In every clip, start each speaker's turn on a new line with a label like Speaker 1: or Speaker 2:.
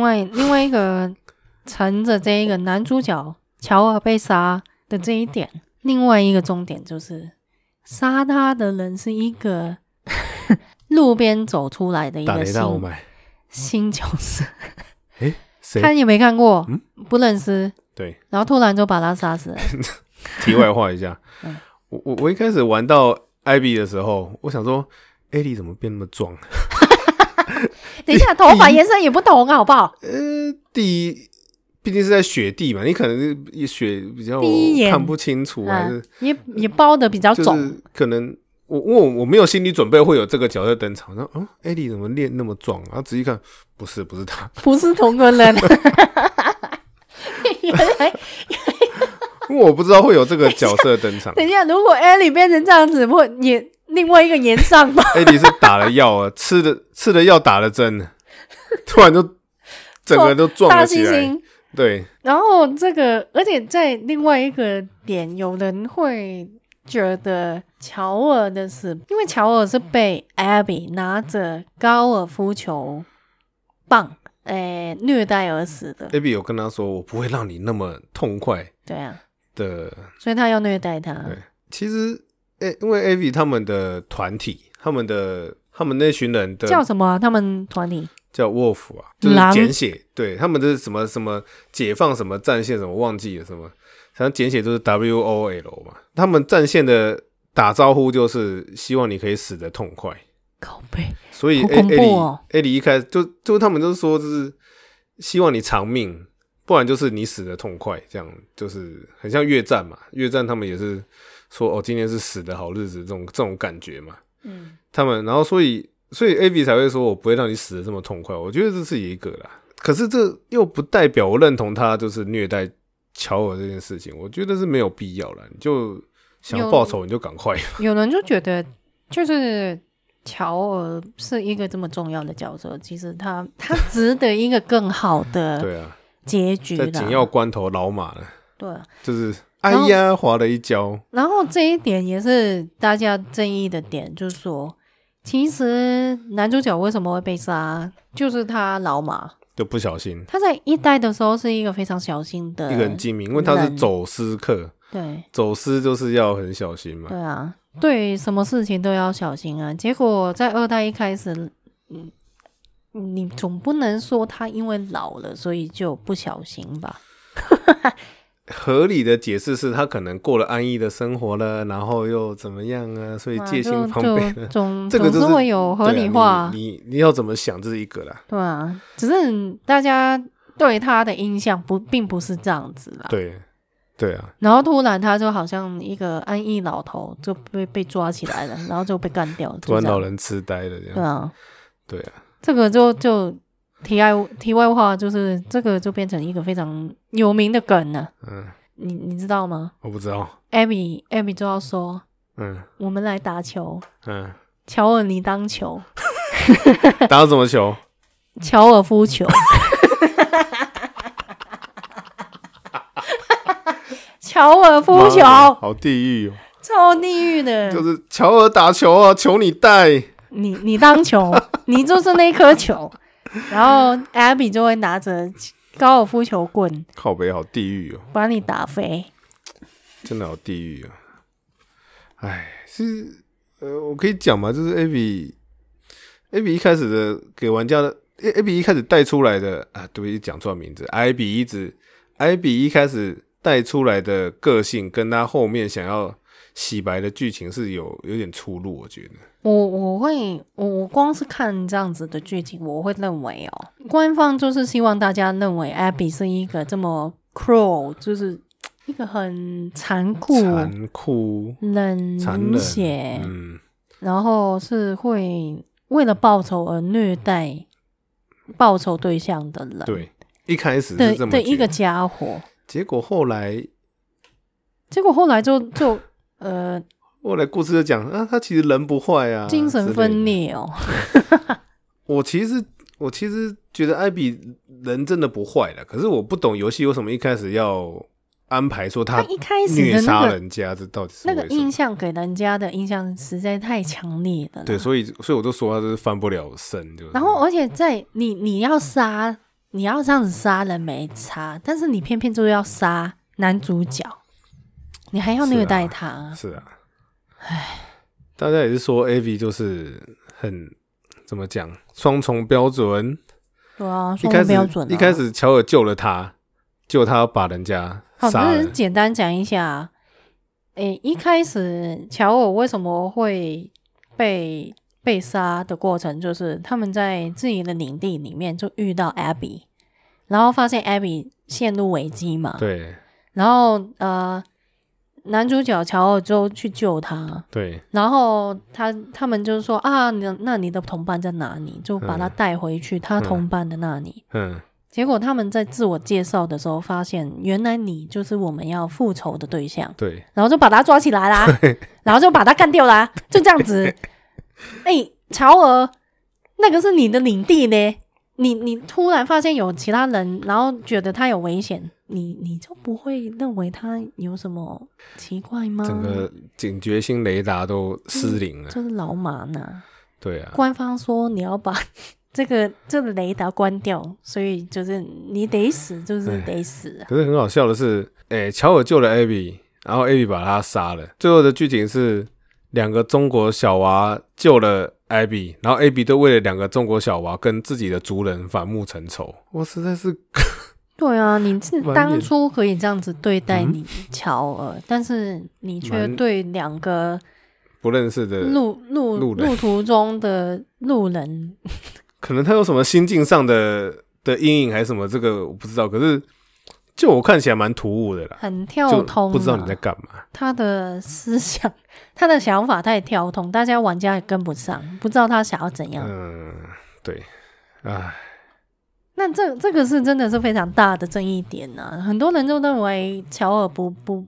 Speaker 1: 外另外一个乘着这一个男主角乔尔被杀的这一点，另外一个重点就是杀他的人是一 个路边走出来的一
Speaker 2: 打
Speaker 1: 个
Speaker 2: 雷
Speaker 1: 新
Speaker 2: 那我买，
Speaker 1: 新角色，
Speaker 2: 诶，谁？
Speaker 1: 看也没看过
Speaker 2: 嗯，
Speaker 1: 不认识，
Speaker 2: 对，
Speaker 1: 然后突然就把他杀 死了。
Speaker 2: 题外话一下
Speaker 1: 嗯，
Speaker 2: 我我我一开始玩到艾比的时候，我想说，艾莉怎么变那么壮？
Speaker 1: 等一下，头发颜色也不同，啊好不好？
Speaker 2: 呃，第一，毕竟是在雪地嘛，你可能是雪比较
Speaker 1: 第一眼
Speaker 2: 看不清楚，还是
Speaker 1: 嗯，也也包的比较
Speaker 2: 就
Speaker 1: 肿，
Speaker 2: 是可能我我我没有心理准备会有这个角色登场。然后嗯，艾莉怎么练那么壮啊？然后仔细看，不是不是她，
Speaker 1: 不是同个人。 原来，
Speaker 2: 因为我不知道会有这个角色登场。
Speaker 1: 等一下，如果艾莉变成这样子，会也另外一个年上吧？
Speaker 2: 艾莉是打了药啊，吃的吃的药打了针， 突然就整个都壮
Speaker 1: 大
Speaker 2: 了起
Speaker 1: 猩
Speaker 2: 来。
Speaker 1: 猩。
Speaker 2: 对，
Speaker 1: 然后这个，而且在另外一个点，有人会觉得乔尔的死，因为乔尔是被 Abby 拿着高尔夫球棒，诶、虐待而死的。
Speaker 2: 艾比有跟他说，我不会让你那么痛快
Speaker 1: 对啊，
Speaker 2: 的
Speaker 1: 所以他要虐待他。
Speaker 2: 对其实，诶、因为 a v 他们的团体，他们的他们那群人的
Speaker 1: 叫什么啊、他们团体
Speaker 2: 叫 Wolf 啊，就是
Speaker 1: 狼
Speaker 2: 简写，对，他们的什么什么解放什么战线什么忘记了什么，反正简写就是 W O L 嘛。他们战线的打招呼就是希望你可以死得痛快，
Speaker 1: 靠背，
Speaker 2: 所以
Speaker 1: 好
Speaker 2: A
Speaker 1: 恐
Speaker 2: A
Speaker 1: 怖哦
Speaker 2: 里 A 里一开始就就他们就是说就是希望你长命，不然就是你死的痛快，这样就是很像越战嘛。越战他们也是说哦，今天是死的好日子这种这种感觉嘛。
Speaker 1: 嗯，
Speaker 2: 他们然后所以所以 A B 才会说我不会让你死的这么痛快，我觉得这是一个啦。可是这又不代表我认同他就是虐待乔尔这件事情，我觉得是没有必要啦。你就想
Speaker 1: 有
Speaker 2: 报仇你就赶快，
Speaker 1: 有人就觉得就是乔尔是一个这么重要的角色，其实他他值得一个更好的
Speaker 2: 对啊，
Speaker 1: 结局
Speaker 2: 在
Speaker 1: 啦
Speaker 2: 紧要关头老马了，
Speaker 1: 对啊
Speaker 2: 就是哎
Speaker 1: 然后
Speaker 2: 呀滑了一跤。
Speaker 1: 然后这一点也是大家争议的点，就是说，其实男主角为什么会被杀，就是他老马，
Speaker 2: 就不小心
Speaker 1: 他在一代的时候是一个非常小心的
Speaker 2: 一个人精明，因为他是
Speaker 1: 人
Speaker 2: 走私客，
Speaker 1: 对
Speaker 2: 走私就是要很小心嘛。
Speaker 1: 对啊，对什么事情都要小心啊。结果在二代一开始，嗯，你总不能说他因为老了所以就不小心吧？
Speaker 2: 合理的解释是他可能过了安逸的生活了，然后又怎么样啊，所以
Speaker 1: 啊
Speaker 2: 戒心
Speaker 1: 就
Speaker 2: 防备
Speaker 1: 就
Speaker 2: 了。
Speaker 1: 总
Speaker 2: 这个就
Speaker 1: 总
Speaker 2: 是
Speaker 1: 是会有 合理化啊、
Speaker 2: 对啊你你你要怎么想这是一个啦。
Speaker 1: 对啊，只是大家对他的印象不并不是这样子啦。
Speaker 2: 对对啊，
Speaker 1: 然后突然他就好像一个安逸老头就被被抓起来 了，然后就被干掉了。
Speaker 2: 突然
Speaker 1: 就这样
Speaker 2: 老人痴呆了这
Speaker 1: 对
Speaker 2: 样。
Speaker 1: 啊，
Speaker 2: 对啊，
Speaker 1: 这个就就题外题外话，就是这个就变成一个非常有名的梗了。
Speaker 2: 嗯，
Speaker 1: 你你知道吗
Speaker 2: 我不知道，
Speaker 1: ？Abby Abby 就要说
Speaker 2: 嗯
Speaker 1: 我们来打球，
Speaker 2: 嗯，
Speaker 1: 乔尔你当球，
Speaker 2: 打到什 么球？
Speaker 1: 乔尔夫球。乔尔夫球
Speaker 2: 妈的好地狱哦，
Speaker 1: 超地狱的，
Speaker 2: 就是乔尔打球啊，求你带。
Speaker 1: 你你当球，你就是那颗球，然后 Abby 就会拿着高尔夫球棍
Speaker 2: 靠北好地狱哦。
Speaker 1: 把你打飞。
Speaker 2: 真的好地狱啊！哎，是呃，我可以讲嘛，就是 A B A B 一开始的给玩家的 A A B 一开始带出来的啊，对不起，讲错名字，I B 一直 I B 一开始带出来的个性，跟他后面想要洗白的剧情是有有点出入，我觉得。
Speaker 1: 我我会我我光是看这样子的剧情，我会认为哦，官方就是希望大家认为 Abby 是一个这么 cruel，就是一个很残酷、
Speaker 2: 残酷，残
Speaker 1: 冷
Speaker 2: 忍
Speaker 1: 血，
Speaker 2: 嗯，
Speaker 1: 然后是会为了报仇而虐待报仇对象的人，
Speaker 2: 对，一开始
Speaker 1: 的
Speaker 2: 是这么
Speaker 1: 的一
Speaker 2: 觉
Speaker 1: 个
Speaker 2: 得
Speaker 1: 家伙。
Speaker 2: 结果后来
Speaker 1: 结果后来就就呃
Speaker 2: 后来故事就讲啊，他其实人不坏啊，
Speaker 1: 精神
Speaker 2: 之类
Speaker 1: 分
Speaker 2: 的
Speaker 1: 裂哦，
Speaker 2: 我其实我其实觉得艾比人真的不坏了，可是我不懂游戏为什么一开始要安排说
Speaker 1: 他
Speaker 2: 他
Speaker 1: 一开始
Speaker 2: 啊虐
Speaker 1: 的那
Speaker 2: 杀
Speaker 1: 个
Speaker 2: 人家，这到底是
Speaker 1: 那
Speaker 2: 为
Speaker 1: 个
Speaker 2: 什么
Speaker 1: 印？象给人家的印象实在太强烈了啦。
Speaker 2: 对，所以所以我就说他就是翻不了身，就是
Speaker 1: 然后而且在你你要杀你要这样子杀人没差，但是你偏偏就要杀男主角，你还要
Speaker 2: 是啊
Speaker 1: 虐待他啊、
Speaker 2: 是啊，大家也是说 A V 就是很怎么讲双重标准，
Speaker 1: 对啊，
Speaker 2: 一
Speaker 1: 双
Speaker 2: 开
Speaker 1: 重
Speaker 2: 始
Speaker 1: 标准、啊。
Speaker 2: 一开始乔尔救了他，救他把人家
Speaker 1: 好，
Speaker 2: 杀
Speaker 1: 那
Speaker 2: 了，
Speaker 1: 简单讲一下，诶、一开始乔尔为什么会被被杀的过程，就是他们在自己的领地里面就遇到 Abby，然后发现 Abby 陷入危机嘛，
Speaker 2: 对
Speaker 1: 然后呃，男主角乔尔就去救他，
Speaker 2: 对
Speaker 1: 然后他他们就说啊，你那你的同伴在哪里？就把他带回去他同伴的那里。
Speaker 2: 嗯
Speaker 1: 结果他们在自我介绍的时候发现，原来你就是我们要复仇的对象，
Speaker 2: 对
Speaker 1: 然后就把他抓起来 啦，然后就把他干掉啦，就这样子。 哎、乔儿，那个是你的领地呢，你你突然发现有其他人，然后觉得他有危险，你你就不会认为他有什么奇怪吗？
Speaker 2: 整个警觉性雷达都失灵了，
Speaker 1: 就是老马呢，
Speaker 2: 对啊，
Speaker 1: 官方说你要把 这个这个雷达关掉，所以就是你得死，就是得死啊。
Speaker 2: 可是很好笑的是，诶、乔尔救了 Abby，然后 Abby 把他杀了。最后的剧情是两个中国小娃救了 Abby，然后 Abby 都为了两个中国小娃跟自己的族人反目成仇。我实在是，
Speaker 1: 对啊，你是
Speaker 2: 满脸
Speaker 1: 当初可以这样子对待
Speaker 2: 嗯
Speaker 1: 你乔尔，但是你却
Speaker 2: 满
Speaker 1: 对两个
Speaker 2: 不认识的，
Speaker 1: 路路
Speaker 2: 呃路人
Speaker 1: 路途中的路人，
Speaker 2: 可能他有什么心境上的的阴影还是什么，这个我不知道。可是就我看起来蛮突兀的啦，
Speaker 1: 很
Speaker 2: 就
Speaker 1: 跳通啊，
Speaker 2: 不知道你在干嘛。
Speaker 1: 他的思想、 他的想法太跳通，大家玩家也跟不上，不知道他想要怎样。
Speaker 2: 嗯，对，唉，
Speaker 1: 那这这个是真的是非常大的争议点呐、很多人就认为乔尔不不，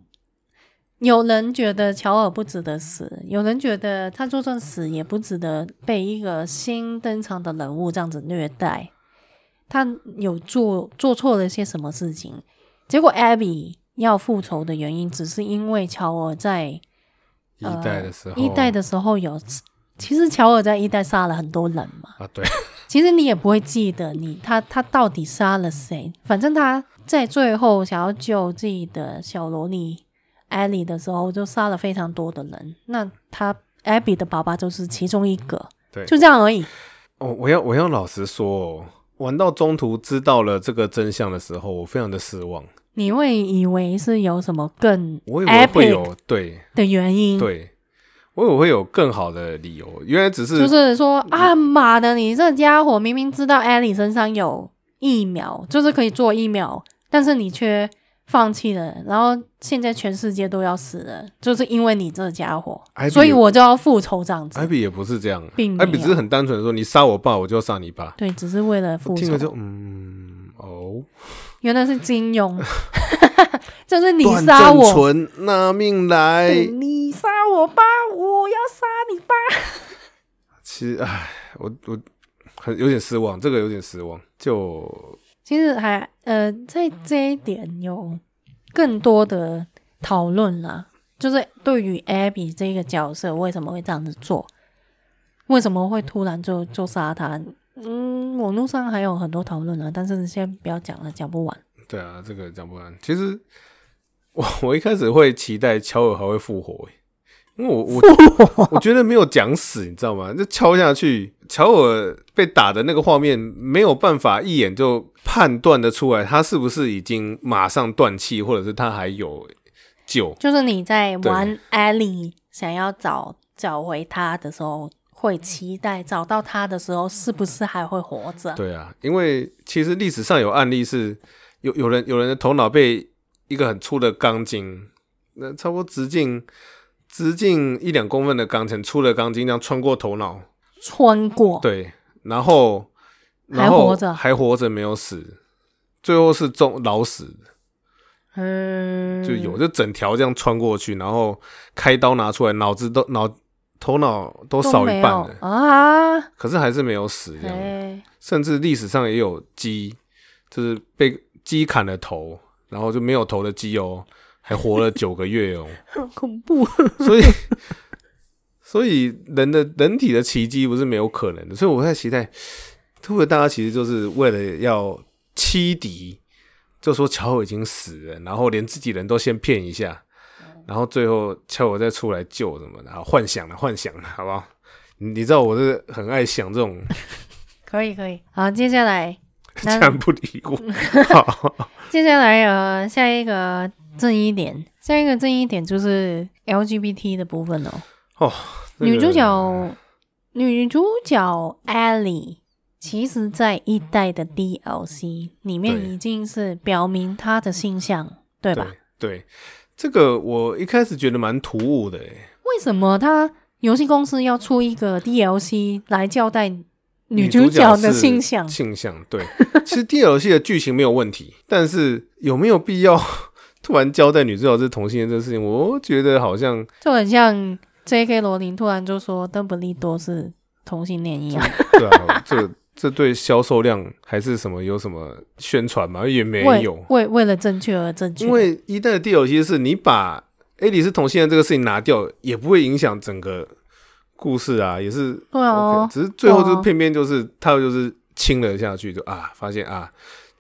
Speaker 1: 有人觉得乔尔不值得死，有人觉得他就算死也不值得被一个新登场的人物这样子虐待。他有做做错了些什么事情？结果 Abby 要复仇的原因，只是因为乔尔在
Speaker 2: 一代的时候，
Speaker 1: 呃一代的时候有，其实乔尔在一代杀了很多人嘛。
Speaker 2: 啊，对，
Speaker 1: 其实你也不会记得你他他到底杀了谁，反正他在最后想要救自己的小萝莉艾莉的时候，就杀了非常多的人。那他艾比的爸爸就是其中一个，
Speaker 2: 对
Speaker 1: 就这样而已。
Speaker 2: 哦，我要我要老实说、哦，玩到中途知道了这个真相的时候，我非常的失望。
Speaker 1: 你会以为是有什么更
Speaker 2: 我以为会
Speaker 1: epic 嗯
Speaker 2: 有对
Speaker 1: 的原因，
Speaker 2: 对，我以为会有更好的理由，原来只是、
Speaker 1: 就是说啊妈的，你这家伙明明知道艾莉身上有疫苗，就是可以做疫苗，但是你却放弃了，然后现在全世界都要死了，就是因为你这家伙
Speaker 2: 艾，比
Speaker 1: 所以我就要复仇这样子
Speaker 2: 艾。比也不是这样，
Speaker 1: 并没
Speaker 2: 艾
Speaker 1: 有
Speaker 2: 比只是很单纯的说你杀我爸，我就要杀你爸。
Speaker 1: 对，只是为了
Speaker 2: 我
Speaker 1: 复
Speaker 2: 听了就
Speaker 1: 仇。
Speaker 2: 嗯哦，
Speaker 1: 原来是金 庸，就是你
Speaker 2: 段
Speaker 1: 杀
Speaker 2: 正
Speaker 1: 我，
Speaker 2: 淳拿命来。
Speaker 1: 对你杀我吧，我要杀你吧。
Speaker 2: 其实唉，我我很有点失望，这个有点失望。就
Speaker 1: 其实还呃，在这一点有更多的讨论啦，就是对于 Abby 这个角色为什么会这样子做，为什么会突然就就杀他？嗯，网络上还有很多讨论啊，但是先不要讲了，讲不完。
Speaker 2: 对啊，这个讲不完。其实我 我一开始会期待乔尔还会复活欸，因为我我我觉得没有讲死，你知道吗？就敲下去，乔尔被打的那个画面没有办法一眼就判断的出来，他是不是已经马上断气，或者是他还有救。
Speaker 1: 就是你在玩 Ellie 想要找找回他的时候，会期待找到他的时候是不是还会活着？
Speaker 2: 对啊，因为其实历史上有案例是有有人有人的头脑被一个很粗的钢筋，那差不多直径直径一两公分的钢筋，粗的钢筋这样穿过头脑，
Speaker 1: 穿过，
Speaker 2: 对，然后
Speaker 1: 哦还
Speaker 2: 然后
Speaker 1: 活着
Speaker 2: 还活着没有死，最后是中老死
Speaker 1: 嗯，
Speaker 2: 就有，就整条这样穿过去，然后开刀拿出来，脑子都脑头脑都
Speaker 1: 都
Speaker 2: 少
Speaker 1: 没
Speaker 2: 一
Speaker 1: 有
Speaker 2: 半了，
Speaker 1: 啊，
Speaker 2: 可是还是没有死这样。
Speaker 1: 哎，
Speaker 2: 甚至历史上也有鸡，就是被鸡砍了头，然后就没有头的鸡哦，还活了九个月哦。
Speaker 1: 很恐怖。
Speaker 2: 所以，所以人的人体的奇迹不是没有可能的，所以我在期待，会不会大家其实就是为了要欺敌，就说乔尔已经死了，然后连自己人都先骗一下，然后最后乔尔再出来救什么的，好幻想了，幻想了，好不好？你你知道我是很爱想这种
Speaker 1: 可以可以。好，接下来
Speaker 2: 这
Speaker 1: 那
Speaker 2: 样不理我，好
Speaker 1: 接下来呃，下一个正义点，下一个正义点就是 LGBT 的部分哦。
Speaker 2: 那个
Speaker 1: 女主角，女主角 Ellie，其实在一代的 DLC 里面
Speaker 2: 对
Speaker 1: 已经是表明她的性向，对吧？
Speaker 2: 对，这个我一开始觉得蛮突兀的，哎，
Speaker 1: 为什么她游戏公司要出一个 DLC 来交代女
Speaker 2: 主
Speaker 1: 主角的
Speaker 2: 是
Speaker 1: 性向？
Speaker 2: 性向对， 其实 DLC 的剧情没有问题，但是有没有必要 突然交代女主角是同性恋这个事情？我觉得好像
Speaker 1: 就很像 J.K. 罗琳突然就说邓布利多是同性恋一样。
Speaker 2: 对啊，这这对销售量还是什么有什么宣传吗？也没
Speaker 1: 为
Speaker 2: 有，
Speaker 1: 为为了正确而正确，
Speaker 2: 因为一代的 DLC 是你把 A 里是同性恋这个事情拿掉，也不会影响整个故事啊，也是
Speaker 1: 对啊
Speaker 2: OK，，只是最后
Speaker 1: 对啊
Speaker 2: 就是偏偏就是他就是亲了下去，就啊发现啊，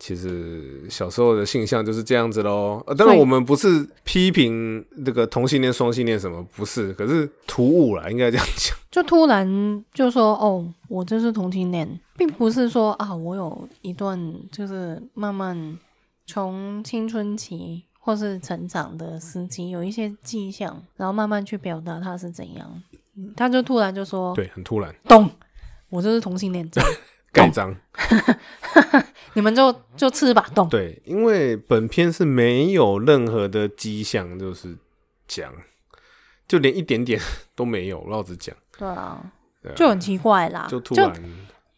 Speaker 2: 其实小时候的性向就是这样子喽。呃当
Speaker 1: 所
Speaker 2: 然
Speaker 1: 以
Speaker 2: 我们不是批评这个同性恋、双性恋什么，不是，可是突兀啦，应该这样讲。
Speaker 1: 就突然就说哦，我这是同性恋，并不是说啊，我有一段就是慢慢从青春期或是成长的时期有一些迹象，然后慢慢去表达他是怎样，嗯他就突然就说
Speaker 2: 对，很突然，
Speaker 1: 懂，我这是同性恋，这样
Speaker 2: 盖章。
Speaker 1: 哦你们就就吃吧，懂。
Speaker 2: 对，因为本片是没有任何的迹象，就是讲，就连一点点都没有，老子讲，
Speaker 1: 对啊
Speaker 2: 对啊，
Speaker 1: 就很奇怪啦，
Speaker 2: 就突然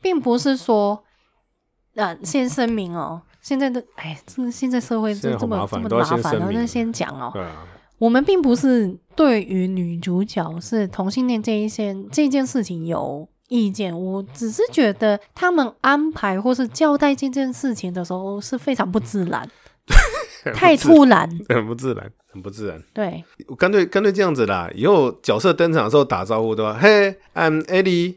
Speaker 1: 并不是说，呃，先声明哦，现在的哎，这现在社会
Speaker 2: 现
Speaker 1: 这
Speaker 2: 在好
Speaker 1: 这么
Speaker 2: 麻
Speaker 1: 这
Speaker 2: 烦
Speaker 1: 么
Speaker 2: 都要
Speaker 1: 麻
Speaker 2: 先
Speaker 1: 烦，然
Speaker 2: 声
Speaker 1: 后
Speaker 2: 明
Speaker 1: 那先讲哦，
Speaker 2: 对啊，
Speaker 1: 我们并不是对于女主角是同性恋这一件这件事情有意见，我只是觉得他们安排或是交代这件事情的时候是非常不自然，太突然，
Speaker 2: 很不自然，很不自然。
Speaker 1: 对，
Speaker 2: 我干脆干脆这样子啦，以后角色登场的时候打招呼对吧？嘿、i m Eddie，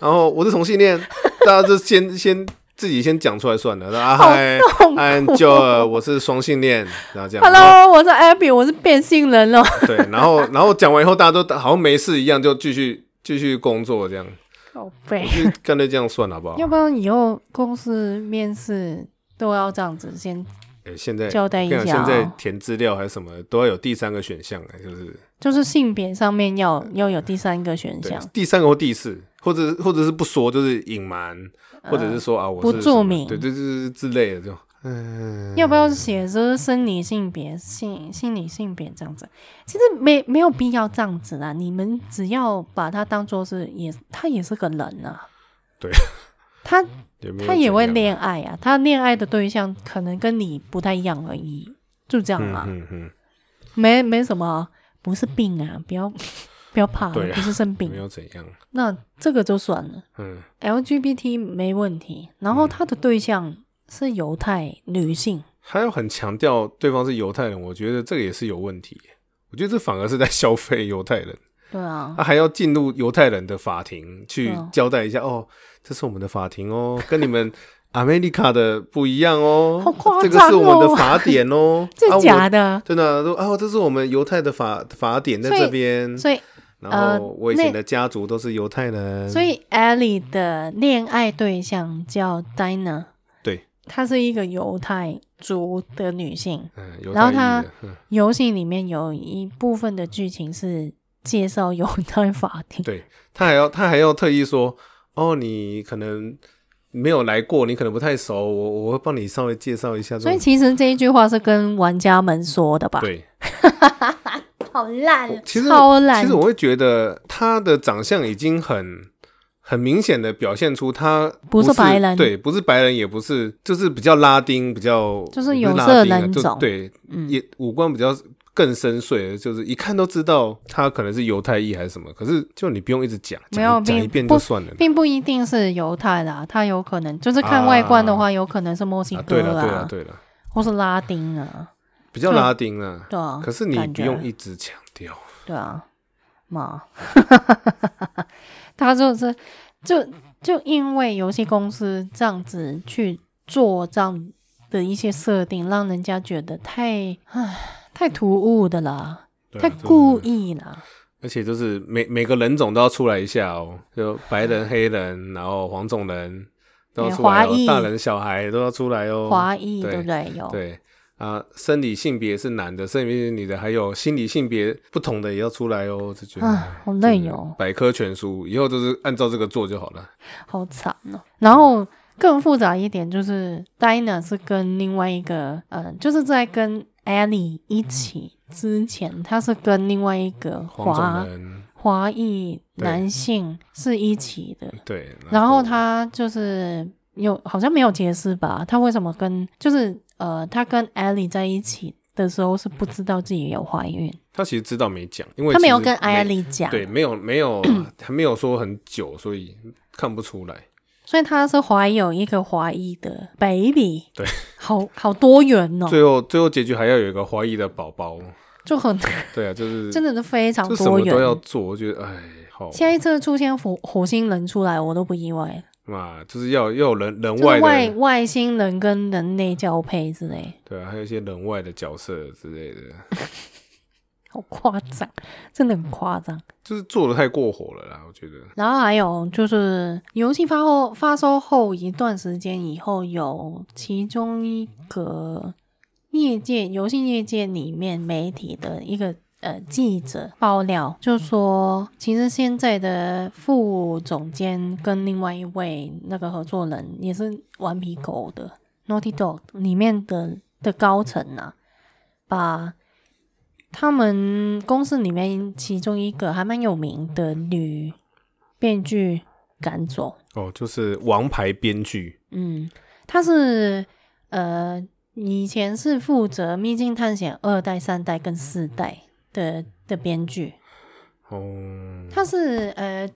Speaker 2: 然 后我是同性恋，大家就先 先自己先讲出来算了。啊
Speaker 1: 好
Speaker 2: 嗨
Speaker 1: 痛苦
Speaker 2: ，I'm Joel，我是双性恋，然后这样。
Speaker 1: Hello，我是 Abby，我是变性人哦了，
Speaker 2: 对，然后然后讲完以后，大家都好像没事一样，就继续继续工作这样，
Speaker 1: 宝贝，
Speaker 2: 就干脆这样算了好不好？
Speaker 1: 要不然以后公司面试都要这样子先
Speaker 2: 哎、现在
Speaker 1: 交代一
Speaker 2: 我跟你
Speaker 1: 下
Speaker 2: 讲
Speaker 1: 哦
Speaker 2: 现在填资料还是什么，都要有第三个选项、哎，就是
Speaker 1: 就是性别上面要要有第三个选
Speaker 2: 对
Speaker 1: 项，
Speaker 2: 第三个或第四，或者或者是不说，就是隐瞒，或者是说啊，我是
Speaker 1: 呃不
Speaker 2: 什
Speaker 1: 注
Speaker 2: 么
Speaker 1: 明
Speaker 2: 对对对对之类的这种。嗯
Speaker 1: 要不要写就是生理性别、性心理性别这样子？其实没没有必要这样子啦，你们只要把它当做是也，他也是个人啊。
Speaker 2: 对，
Speaker 1: 他
Speaker 2: 有没有
Speaker 1: 他也会
Speaker 2: 怎样
Speaker 1: 恋爱啊，他恋爱的对象可能跟你不太一样而已，就这样
Speaker 2: 嗯
Speaker 1: 啊，
Speaker 2: 嗯嗯，
Speaker 1: 没没什么，不是病啊，不要 不要怕，
Speaker 2: 对啊
Speaker 1: 不是生
Speaker 2: 有
Speaker 1: 病
Speaker 2: 没，有怎样？
Speaker 1: 那这个就算了。
Speaker 2: 嗯，
Speaker 1: LGBT 没问题，然后他的对象是犹太女性，
Speaker 2: 还有很强调对方是犹太人，我觉得这个也是有问题。我觉得这反而是在消费犹太人，
Speaker 1: 对啊，
Speaker 2: 他还要进入犹太人的法庭去
Speaker 1: 对啊
Speaker 2: 交代一下哦，这是我们的法庭哦，跟你们 America 的不一样哦，
Speaker 1: 好夸张哦，
Speaker 2: 这个是我们的法典哦
Speaker 1: 这
Speaker 2: 啊我
Speaker 1: 假的。
Speaker 2: 真的啊说哦，这是我们犹太的法法典在
Speaker 1: 所以
Speaker 2: 这边，
Speaker 1: 所以，呃
Speaker 2: 然后我以前
Speaker 1: 那
Speaker 2: 的家族都是犹太人，
Speaker 1: 所以 Ellie 的恋爱对象叫 Dina，
Speaker 2: 对，
Speaker 1: 她是一个犹太族的女性。
Speaker 2: 嗯，犹
Speaker 1: 然后
Speaker 2: 太裔
Speaker 1: 他
Speaker 2: 的，嗯
Speaker 1: 游戏里面有一部分的剧情是介绍犹太法庭，
Speaker 2: 对他还要他还要特意说哦，你可能没有来过，你可能不太熟，我我会帮你稍微介绍一下这
Speaker 1: 所以
Speaker 2: 种，
Speaker 1: 其实这一句话是跟玩家们说的吧？
Speaker 2: 对，
Speaker 1: 好烂
Speaker 2: 我其实
Speaker 1: 超烂
Speaker 2: 其实我会觉得他的长相已经很。很明显的表现出他
Speaker 1: 不
Speaker 2: 不
Speaker 1: 是白人
Speaker 2: 对，不是白人，也不是，就是比较拉丁，比较
Speaker 1: 就是
Speaker 2: 也不
Speaker 1: 有
Speaker 2: 拉
Speaker 1: 色
Speaker 2: 丁啊
Speaker 1: 人
Speaker 2: 就
Speaker 1: 种
Speaker 2: 对，
Speaker 1: 嗯，
Speaker 2: 也五官比较更深邃，就是一看都知道他可能是犹太裔还是什么。可是就你不用一直讲，
Speaker 1: 没有
Speaker 2: 讲一讲
Speaker 1: 并
Speaker 2: 一遍就
Speaker 1: 不
Speaker 2: 算了。
Speaker 1: 并不一定是犹太啦，他有可能就是看外观的话，有可能是墨西
Speaker 2: 啊，
Speaker 1: 哥
Speaker 2: 对了，对了，对了，
Speaker 1: 或是拉丁啊，
Speaker 2: 比较拉丁啊。
Speaker 1: 对啊，
Speaker 2: 可是你
Speaker 1: 感
Speaker 2: 不
Speaker 1: 觉
Speaker 2: 用一直强调，
Speaker 1: 对啊，嘛， 他就是就就因为游戏公司这样子去做这样的一些设定，让人家觉得太唉太突兀的啦，
Speaker 2: 对啊
Speaker 1: 太
Speaker 2: 真的
Speaker 1: 故意啦。
Speaker 2: 而且就是每每个人种都要出来一下哦，就白人、黑人，然后黄种人都要出
Speaker 1: 嗯
Speaker 2: 来、
Speaker 1: 哎华
Speaker 2: 哦，
Speaker 1: 裔
Speaker 2: 大人小孩都要出来哦。
Speaker 1: 华裔哦
Speaker 2: 对
Speaker 1: 对不对？有
Speaker 2: 对啊，生理性别是男的，生理性别是女的，还有心理性别不同的也要出来哦。就觉得
Speaker 1: 啊，好累
Speaker 2: 就是
Speaker 1: 哦，
Speaker 2: 百科全书，以后都是按照这个做就好了。嗯
Speaker 1: 好惨哦。然后更复杂一点就是，Dina 是跟另外一个，嗯、就是在跟 Annie 一起之前，他是跟另外一个华
Speaker 2: 黄种人
Speaker 1: 华裔
Speaker 2: 对嗯
Speaker 1: 男性是一起的，
Speaker 2: 对，
Speaker 1: 然后他就是有好像没有解释吧？他为什么跟就是呃，他跟 Ellie 在一起的时候是不知道自己有怀孕，
Speaker 2: 他其实知道没讲，因为
Speaker 1: 他没有
Speaker 2: 其实
Speaker 1: 跟 Ellie 讲，
Speaker 2: 对，没有 没有还没有说很久，所以看不出来。
Speaker 1: 所以他是怀有一个怀疑的 baby，
Speaker 2: 对，
Speaker 1: 好好多元哦，
Speaker 2: 最后最后结局还要有一个怀疑的宝宝，
Speaker 1: 就很
Speaker 2: 对啊，就 是
Speaker 1: 真的是非常
Speaker 2: 就什
Speaker 1: 多
Speaker 2: 么都要
Speaker 1: 元。
Speaker 2: 做，我觉得哎，好
Speaker 1: 下一次出现火火星人出来，我都不意外了，
Speaker 2: 嘛，就是要要有人人
Speaker 1: 就是
Speaker 2: 外
Speaker 1: 外
Speaker 2: 的，
Speaker 1: 外星人跟人类交配之类。
Speaker 2: 对啊，还有一些人外的角色之类的，
Speaker 1: 好夸张，真的很夸张。
Speaker 2: 就是做的太过火了啦，我觉得。
Speaker 1: 然后还有就是，游戏发后发售后一段时间以后，有其中一个业界游戏业界里面媒体的一个呃记者爆料，就说其实现在的副总监跟另外一位那个合作人也是顽皮狗的 Naughty Dog 里面的的高层啊，把他们公司里面其中一个还蛮有名的女编剧赶走。
Speaker 2: 哦，就是王牌编剧，
Speaker 1: 嗯，她是呃以前是负责《秘境探险》二代、三代跟四代的的编剧，
Speaker 2: 哦，
Speaker 1: 她是呃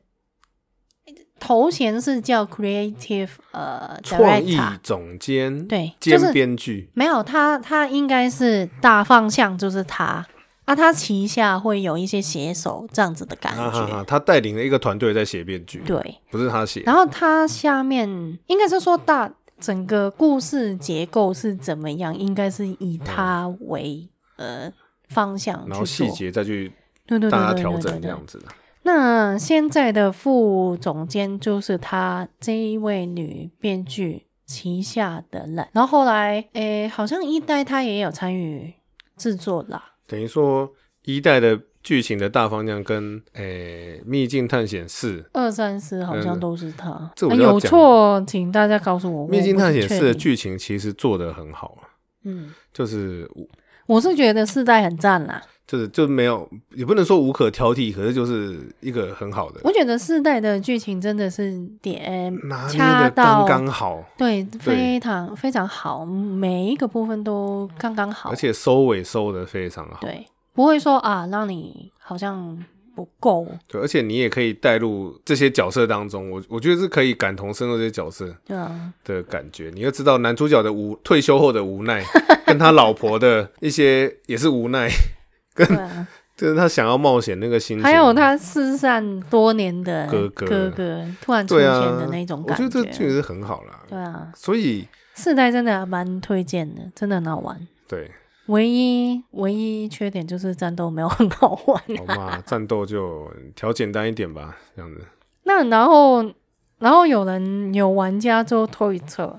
Speaker 1: 头衔是叫 creative 呃
Speaker 2: 创意
Speaker 1: director，
Speaker 2: 总监，，
Speaker 1: 对，就
Speaker 2: 兼
Speaker 1: 是
Speaker 2: 编剧，
Speaker 1: 没有，他他应该是大方向就是他啊，他旗下会有一些写手这样子的感觉，
Speaker 2: 哈啊哈哈，他带领了一个团队在写编剧，
Speaker 1: 对。
Speaker 2: 不是他写，
Speaker 1: 然后他下面应该是说大整个故事结构是怎么样，应该是以他为、呃方向去
Speaker 2: 然
Speaker 1: 做，
Speaker 2: 后细节再去
Speaker 1: 对对对
Speaker 2: 大家
Speaker 1: 对
Speaker 2: 调
Speaker 1: 对对
Speaker 2: 整这
Speaker 1: 对。
Speaker 2: 样子的。
Speaker 1: 那现在的副总监就是他这一位女编剧旗下的人，然后后来诶，好像一代他也有参与制作啦。
Speaker 2: 等于说一代的剧情的大方向跟诶、秘境探险四》《
Speaker 1: 二三四好像
Speaker 2: 嗯
Speaker 1: 都是他，
Speaker 2: 这我
Speaker 1: 啊
Speaker 2: 就要
Speaker 1: 有
Speaker 2: 讲
Speaker 1: 错，请大家告诉哦我。我
Speaker 2: 秘境
Speaker 1: 不
Speaker 2: 探
Speaker 1: 是
Speaker 2: 险
Speaker 1: 确
Speaker 2: 四》的
Speaker 1: 定，
Speaker 2: 剧情其实做的很好啊，
Speaker 1: 嗯，
Speaker 2: 就是无
Speaker 1: 我是觉得四代很赞啦，
Speaker 2: 就是就没有也不能说无可挑剔，可是就是一个很好的
Speaker 1: 我觉得四代的剧情真的是点
Speaker 2: 拿捏
Speaker 1: 掐
Speaker 2: 的刚
Speaker 1: 到
Speaker 2: 刚好，
Speaker 1: 对非常非常好，每一个部分都刚刚好
Speaker 2: 而，且收尾收的非常好。
Speaker 1: 对，不会说啊让你好像不够，
Speaker 2: 对，而且你也可以带入这些角色当中，我我觉得是可以感同身受这些角色
Speaker 1: 对啊，
Speaker 2: 的感觉。你要知道男主角的无退休后的无奈， 跟他老婆的一些也是无奈，
Speaker 1: 对啊，
Speaker 2: 就是他想要冒险那个心情。
Speaker 1: 还有他失散多年的
Speaker 2: 哥哥
Speaker 1: 哥哥突然出
Speaker 2: 对
Speaker 1: 现
Speaker 2: 啊
Speaker 1: 的那种感
Speaker 2: 我觉得这剧是很好啦。
Speaker 1: 对啊，
Speaker 2: 所以
Speaker 1: 四代真的蛮推荐的，真的很好玩。
Speaker 2: 对，
Speaker 1: 唯一唯一缺点就是战斗没有很好玩。
Speaker 2: 好嘛，战斗就调简单一点吧，这样子。
Speaker 1: 那然后然后有人有玩家就推测，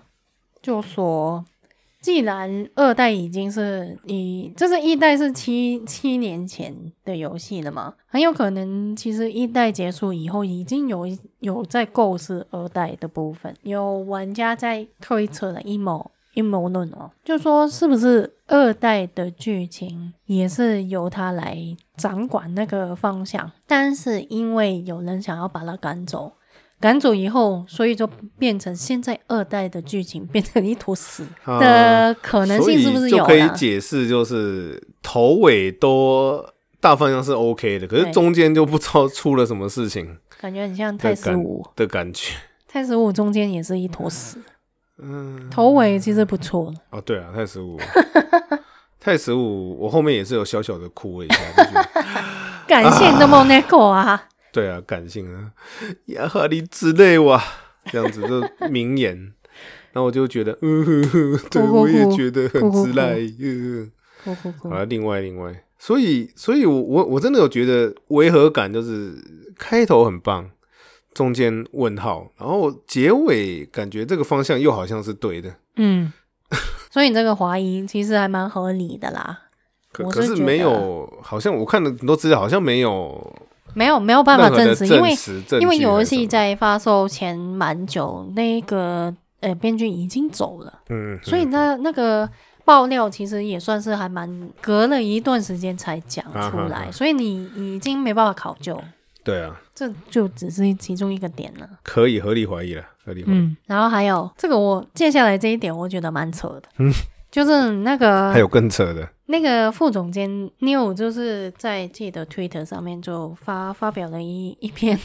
Speaker 1: 就说既然二代已经是一，就是一代是七七年前的游戏了嘛，很有可能其实一代结束以后已经有一有在构思二代的部分，有玩家在推测了阴谋阴谋论哦，就说是不是二代的剧情也是由他来掌管那个方向，但是因为有人想要把他赶走。赶走以后，所以就变成现在二代的剧情变成一坨 屎，
Speaker 2: 啊
Speaker 1: 的可能
Speaker 2: 所
Speaker 1: 哦性
Speaker 2: 以
Speaker 1: 是不是
Speaker 2: 就
Speaker 1: 有
Speaker 2: 可以
Speaker 1: 啦？
Speaker 2: 解释，就是头尾都大方向是 OK 的，可是
Speaker 1: 对
Speaker 2: 中间就不知道出了什么事情
Speaker 1: 感觉很像泰
Speaker 2: 的
Speaker 1: 十
Speaker 2: 感
Speaker 1: 五，
Speaker 2: 的感觉。
Speaker 1: 泰十五中间也是一坨屎，
Speaker 2: 嗯，
Speaker 1: 头尾其实不错的。
Speaker 2: 哦，对啊，太十五， 太十五，我后面也是有小小的哭了一下，就觉 得
Speaker 1: 感谢那么那个啊，
Speaker 2: 对啊，感性啊，亚哈里之类哇，这样子就名言。然后我就觉得，嗯，呵呵 对，
Speaker 1: 哭哭
Speaker 2: 我也
Speaker 1: 哭
Speaker 2: 觉得很
Speaker 1: 哭哭
Speaker 2: 直
Speaker 1: 哭
Speaker 2: 来，嗯，
Speaker 1: 哭哭哭
Speaker 2: 好！了，另外另外，所以所以我，我我真的有觉得违和感就是开头很棒，中间问号，然后结尾感觉这个方向又好像是对的，
Speaker 1: 嗯，所以你这个怀疑其实还蛮合理的啦，
Speaker 2: 可
Speaker 1: 我
Speaker 2: 可
Speaker 1: 是
Speaker 2: 是
Speaker 1: 觉
Speaker 2: 没
Speaker 1: 得啊
Speaker 2: 有，好像我看了很多资料，好像没有
Speaker 1: 没有没有办法
Speaker 2: 任何的
Speaker 1: 证实，因为
Speaker 2: 实证
Speaker 1: 因为
Speaker 2: 据还
Speaker 1: 游
Speaker 2: 是什
Speaker 1: 戏
Speaker 2: 么
Speaker 1: 在发售前蛮久，那个呃编剧已经走了，
Speaker 2: 嗯，
Speaker 1: 所以
Speaker 2: 嗯
Speaker 1: 那那个爆料其实也算是还蛮隔了一段时间才讲
Speaker 2: 啊
Speaker 1: 出
Speaker 2: 哈
Speaker 1: 来，
Speaker 2: 哈
Speaker 1: 所以你已经没办法考究，
Speaker 2: 对啊，
Speaker 1: 这就只是其中一个点了。
Speaker 2: 可以合理怀疑了，合理怀疑。
Speaker 1: 嗯，然后还有这个我接下来这一点我觉得蛮扯的，嗯，就是那个
Speaker 2: 还有更扯的，
Speaker 1: 那个副总监 New 就是在自己的 Twitter 上面就发发表了一一篇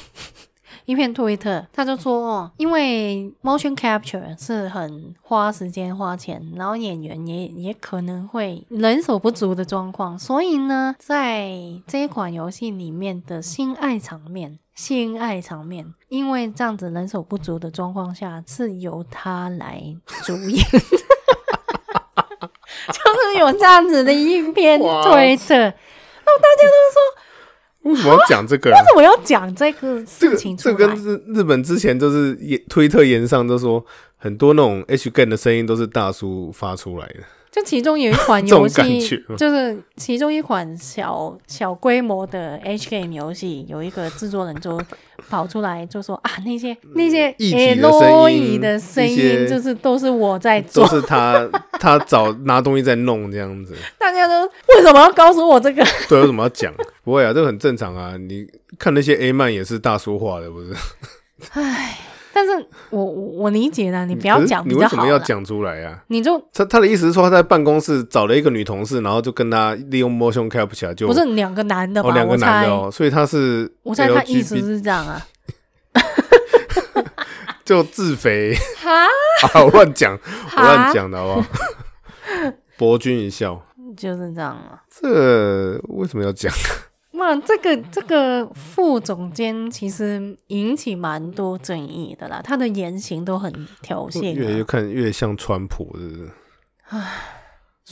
Speaker 1: 一篇推特，他就说
Speaker 2: 嗯
Speaker 1: 哦，因为 motion capture 是很花时间花钱，然后演员也也可能会人手不足的状况，所以呢，在这一款游戏里面的性爱场面。性爱场面，因为这样子人手不足的状况下，是由他来主演。 就是有这样子的一篇推特，为
Speaker 2: 为什么要讲这 个、啊？
Speaker 1: 什么要讲这个
Speaker 2: 这
Speaker 1: 事
Speaker 2: 个
Speaker 1: 情出
Speaker 2: 这
Speaker 1: 来？
Speaker 2: 个跟日日本之前就是也推特言上都说很多那种 H g a n 的声音都是大叔发出来的，
Speaker 1: 就其中有一款
Speaker 2: 这种
Speaker 1: 游
Speaker 2: 感
Speaker 1: 戏
Speaker 2: 觉，吗
Speaker 1: 就是其中一款小小规模的 H game 游戏，有一个制作人就跑出来就说啊，那些那些
Speaker 2: 一体嗯的声音
Speaker 1: LOE 的声
Speaker 2: 一些
Speaker 1: 音，就是都是我在
Speaker 2: 都
Speaker 1: 做，
Speaker 2: 是他他找 拿东西在弄这样子。
Speaker 1: 大家都为什么要告诉我这个？
Speaker 2: 对，有什么要讲？不会啊，这个很正常啊。你看那些 A 漫也是大叔化的，不是？
Speaker 1: 但是我我我理解啦，你不要
Speaker 2: 可是
Speaker 1: 讲
Speaker 2: 你
Speaker 1: 比
Speaker 2: 为
Speaker 1: 较
Speaker 2: 什
Speaker 1: 好
Speaker 2: 么要
Speaker 1: 啦，
Speaker 2: 讲出来啊？
Speaker 1: 你就
Speaker 2: 他他的意思是说他在办公室找了一个女同事，然后就跟他利用 motion capture 就
Speaker 1: 不是两个男的吧？
Speaker 2: 哦两个
Speaker 1: 我
Speaker 2: 男
Speaker 1: 猜
Speaker 2: 的哦，所以他是
Speaker 1: 我猜他
Speaker 2: LGBT
Speaker 1: 意思是这样 啊，
Speaker 2: 就自肥
Speaker 1: 哈
Speaker 2: 啊，我乱讲，我
Speaker 1: 哈
Speaker 2: 乱，讲的好 不好？博君一笑，
Speaker 1: 就是这样啊。
Speaker 2: 这为什么要讲？
Speaker 1: 哇，这个这个副总监其实引起蛮多争议的啦，他的言行都很挑衅、
Speaker 2: 越来越
Speaker 1: 啊。
Speaker 2: 看越像川普，是不是？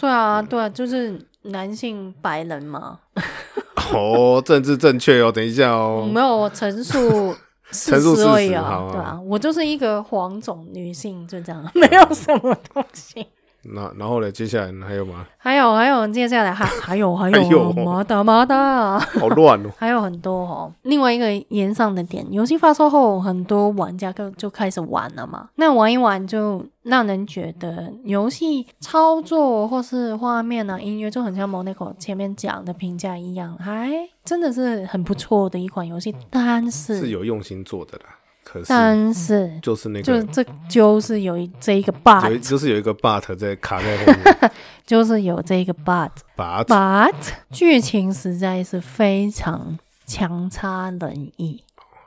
Speaker 1: 对啊，对啊，就是男性白人嘛。
Speaker 2: 哦，政治正确哦，等一下
Speaker 1: 我
Speaker 2: 哦，
Speaker 1: 没有陈 述
Speaker 2: 陈述
Speaker 1: 事实
Speaker 2: 事实
Speaker 1: 而已
Speaker 2: 好啊
Speaker 1: 啊，对啊，我就是一个黄种女性，就这样，没 有什么东西。
Speaker 2: 那然后呢？接下来还有吗？
Speaker 1: 还有还有，接下来还还有还有啊
Speaker 2: 还有哦
Speaker 1: 马达马达。，
Speaker 2: 好乱哦
Speaker 1: 还有很多哦。另外一个延上的点，游戏发售后，很多玩家就就开始玩了嘛。那玩一玩就让人觉得游戏操作或是画面啊、音乐，就很像 Monaco 前面讲的评价一样，还真的是很不错的一款游戏。但是，
Speaker 2: 是有用心做的啦，可是
Speaker 1: 但是。
Speaker 2: 就是那
Speaker 1: 就
Speaker 2: 个
Speaker 1: 这就是有一这一个
Speaker 2: 有一
Speaker 1: but，
Speaker 2: 就是有一个 but 在卡在后 面
Speaker 1: 就是有这一个 but，
Speaker 2: ，but
Speaker 1: but 剧情实在是非常强差人意。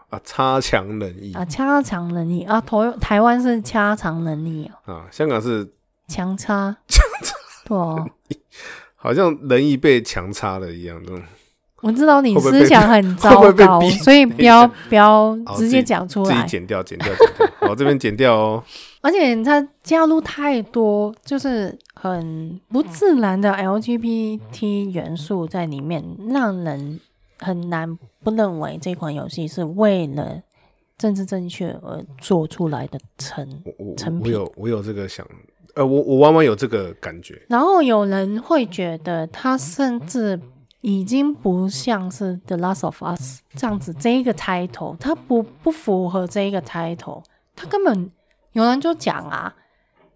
Speaker 2: 啊，差强人意
Speaker 1: 啊，掐长人意啊，台台湾是掐长人意哦，
Speaker 2: 啊，香港是
Speaker 1: 强插，对哦，
Speaker 2: 好像人意被强插了一样，这种
Speaker 1: 我知道你
Speaker 2: 会不会被
Speaker 1: 思想很糟
Speaker 2: 会不会被
Speaker 1: 糕，
Speaker 2: 逼
Speaker 1: 所以不要不要
Speaker 2: 好
Speaker 1: 直
Speaker 2: 自己
Speaker 1: 接讲出
Speaker 2: 自己
Speaker 1: 来，
Speaker 2: 剪掉，剪掉，剪掉， 好，这边剪掉哦，
Speaker 1: 而且它加入太多就是很不自然的 LGBT 元素在里面，让人很难不认为这款游戏是为了政治正确而做出来的成
Speaker 2: 我我
Speaker 1: 成
Speaker 2: 我
Speaker 1: 品
Speaker 2: 有我有这个想，呃，我我弯弯有这个感觉，
Speaker 1: 然后有人会觉得它甚至已经不像是《The Last of Us》这样子这一个 title，它不不符合这一个 title，它根本有人就讲啊，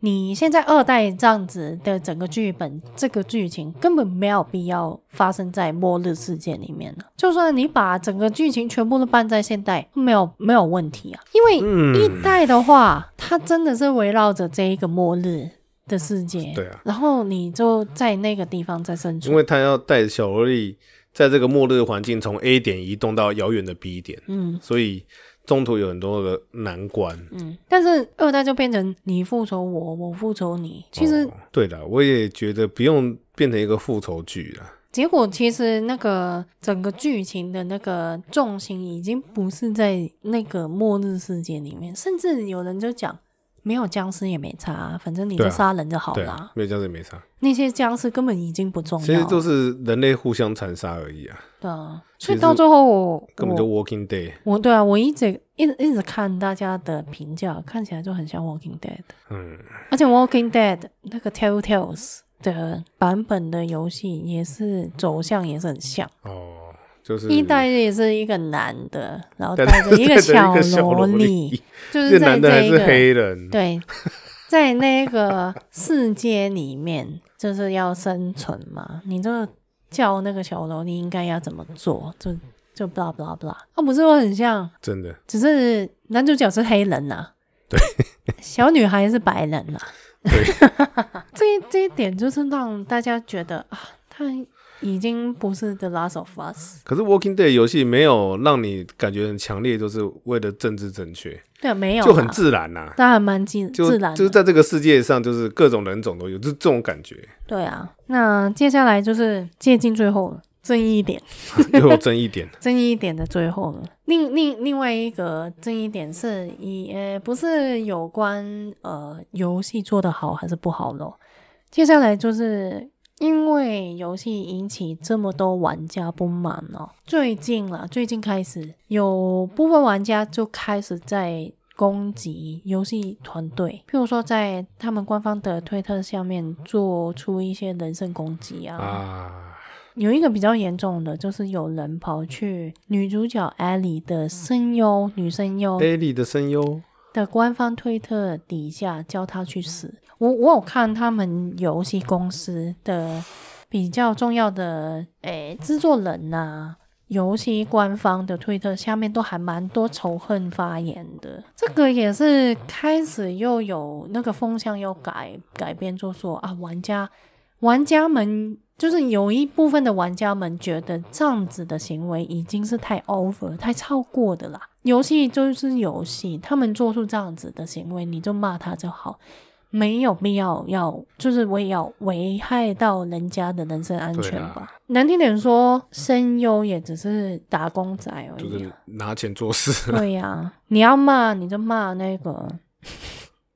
Speaker 1: 你现在二代这样子的整个剧本，这个剧情根本没有必要发生在末日事件里面了。就算你把整个剧情全部都办在现代，没有没有问题啊，因为一代的话，它真的是围绕着这一个末日的世界，
Speaker 2: 对啊，
Speaker 1: 然后你就在那个地方再生
Speaker 2: 因
Speaker 1: 存，
Speaker 2: 为他要带小萝莉在这个末日环境从 A 点移动到遥远的 B 点，
Speaker 1: 嗯
Speaker 2: 所以中途有很多的难关。
Speaker 1: 嗯。但是二代就变成你复仇我，我复仇你，其实
Speaker 2: 哦对了，我也觉得不用变成一个复仇剧了。
Speaker 1: 结果其实那个整个剧情的那个重心已经不是在那个末日世界里面，甚至有人就讲没有僵尸也没差啊，反正你
Speaker 2: 对
Speaker 1: 就
Speaker 2: 啊
Speaker 1: 杀人就好
Speaker 2: 对
Speaker 1: 了
Speaker 2: 啊
Speaker 1: 啊。
Speaker 2: 没有这样子也没差，
Speaker 1: 那些僵尸根本已经不重
Speaker 2: 其
Speaker 1: 要
Speaker 2: 实
Speaker 1: 了，
Speaker 2: 都是人类互相残杀而已啊，
Speaker 1: 对啊。所
Speaker 2: 其
Speaker 1: 以
Speaker 2: 实
Speaker 1: 到最后我
Speaker 2: 根本就 Walking Day。
Speaker 1: 我我对啊，我一直一直一直看大家的评价，看起来就很像《Walking Dead》，
Speaker 2: 嗯，
Speaker 1: 而且《Walking Dead》那个 Telltales 的版本的游戏也是走向也是很像。
Speaker 2: 哦，就是
Speaker 1: 一代也是一个男的，然后
Speaker 2: 带
Speaker 1: 带
Speaker 2: 着
Speaker 1: 着一
Speaker 2: 带
Speaker 1: 个
Speaker 2: 着
Speaker 1: 小
Speaker 2: 一个小
Speaker 1: 萝
Speaker 2: 萝
Speaker 1: 莉
Speaker 2: 莉，
Speaker 1: 就是
Speaker 2: 这
Speaker 1: 在
Speaker 2: 男的
Speaker 1: 这
Speaker 2: 还
Speaker 1: 一
Speaker 2: 是
Speaker 1: 个
Speaker 2: 黑人，
Speaker 1: 对，在那个世界里面，就是要生存嘛。你就叫那个小萝莉应该要怎么做，就就 blah blah blah。啊，不是我很像，
Speaker 2: 真的
Speaker 1: 只是男主角是黑人呐、对， 小女孩是白人呐、
Speaker 2: 对
Speaker 1: 这一这一点就是让大家觉得啊，他已经不是 The Last of Us。
Speaker 2: 可是 Walking Day 游戏没有让你感觉很强烈，就是为了政治正确，
Speaker 1: 对，没有啦，
Speaker 2: 就很自然呐、啊
Speaker 1: 那还蛮自
Speaker 2: 就
Speaker 1: 自然的，
Speaker 2: 就是在这个世界上，就是各种人种都有，就是这种 感觉，
Speaker 1: 对啊。那接下来就是接近最后了，正义一点，
Speaker 2: 又有争 议点。
Speaker 1: 争议一点的最后了。另另另外一个争议点是以呃不是有关呃游戏做得好还是不好咯。接下来就是因为游戏引起这么多玩家不满哦，最近啦，最近开始有部分玩家就开始在攻击游戏团队，譬如说在他们官方的推特下面做出一些人身攻击
Speaker 2: 啊，
Speaker 1: 有一个比较严重的，就是有人跑去女主角艾莉的声优女声优
Speaker 2: 艾莉的声优
Speaker 1: 的官方推特底下叫她去死。我我有看他们游戏公司的比较重要的诶制作人啊呐、游戏官方的推特下面都还蛮多仇恨发言的，这个也是开始又有那个风向又改改变，就说啊，玩家玩家们就是有一部分的玩家们觉得这样子的行为已经是太 over、太超过的啦。游戏就是游戏，他们做出这样子的行为，你就骂他就好，没有必要要就是我也要危害到人家的人身安全
Speaker 2: 对啊
Speaker 1: 吧。难听点说，声优也只是打工仔而
Speaker 2: 就
Speaker 1: 已
Speaker 2: 是
Speaker 1: 啊。
Speaker 2: 拿钱做事，
Speaker 1: 对呀、你要骂你就骂那个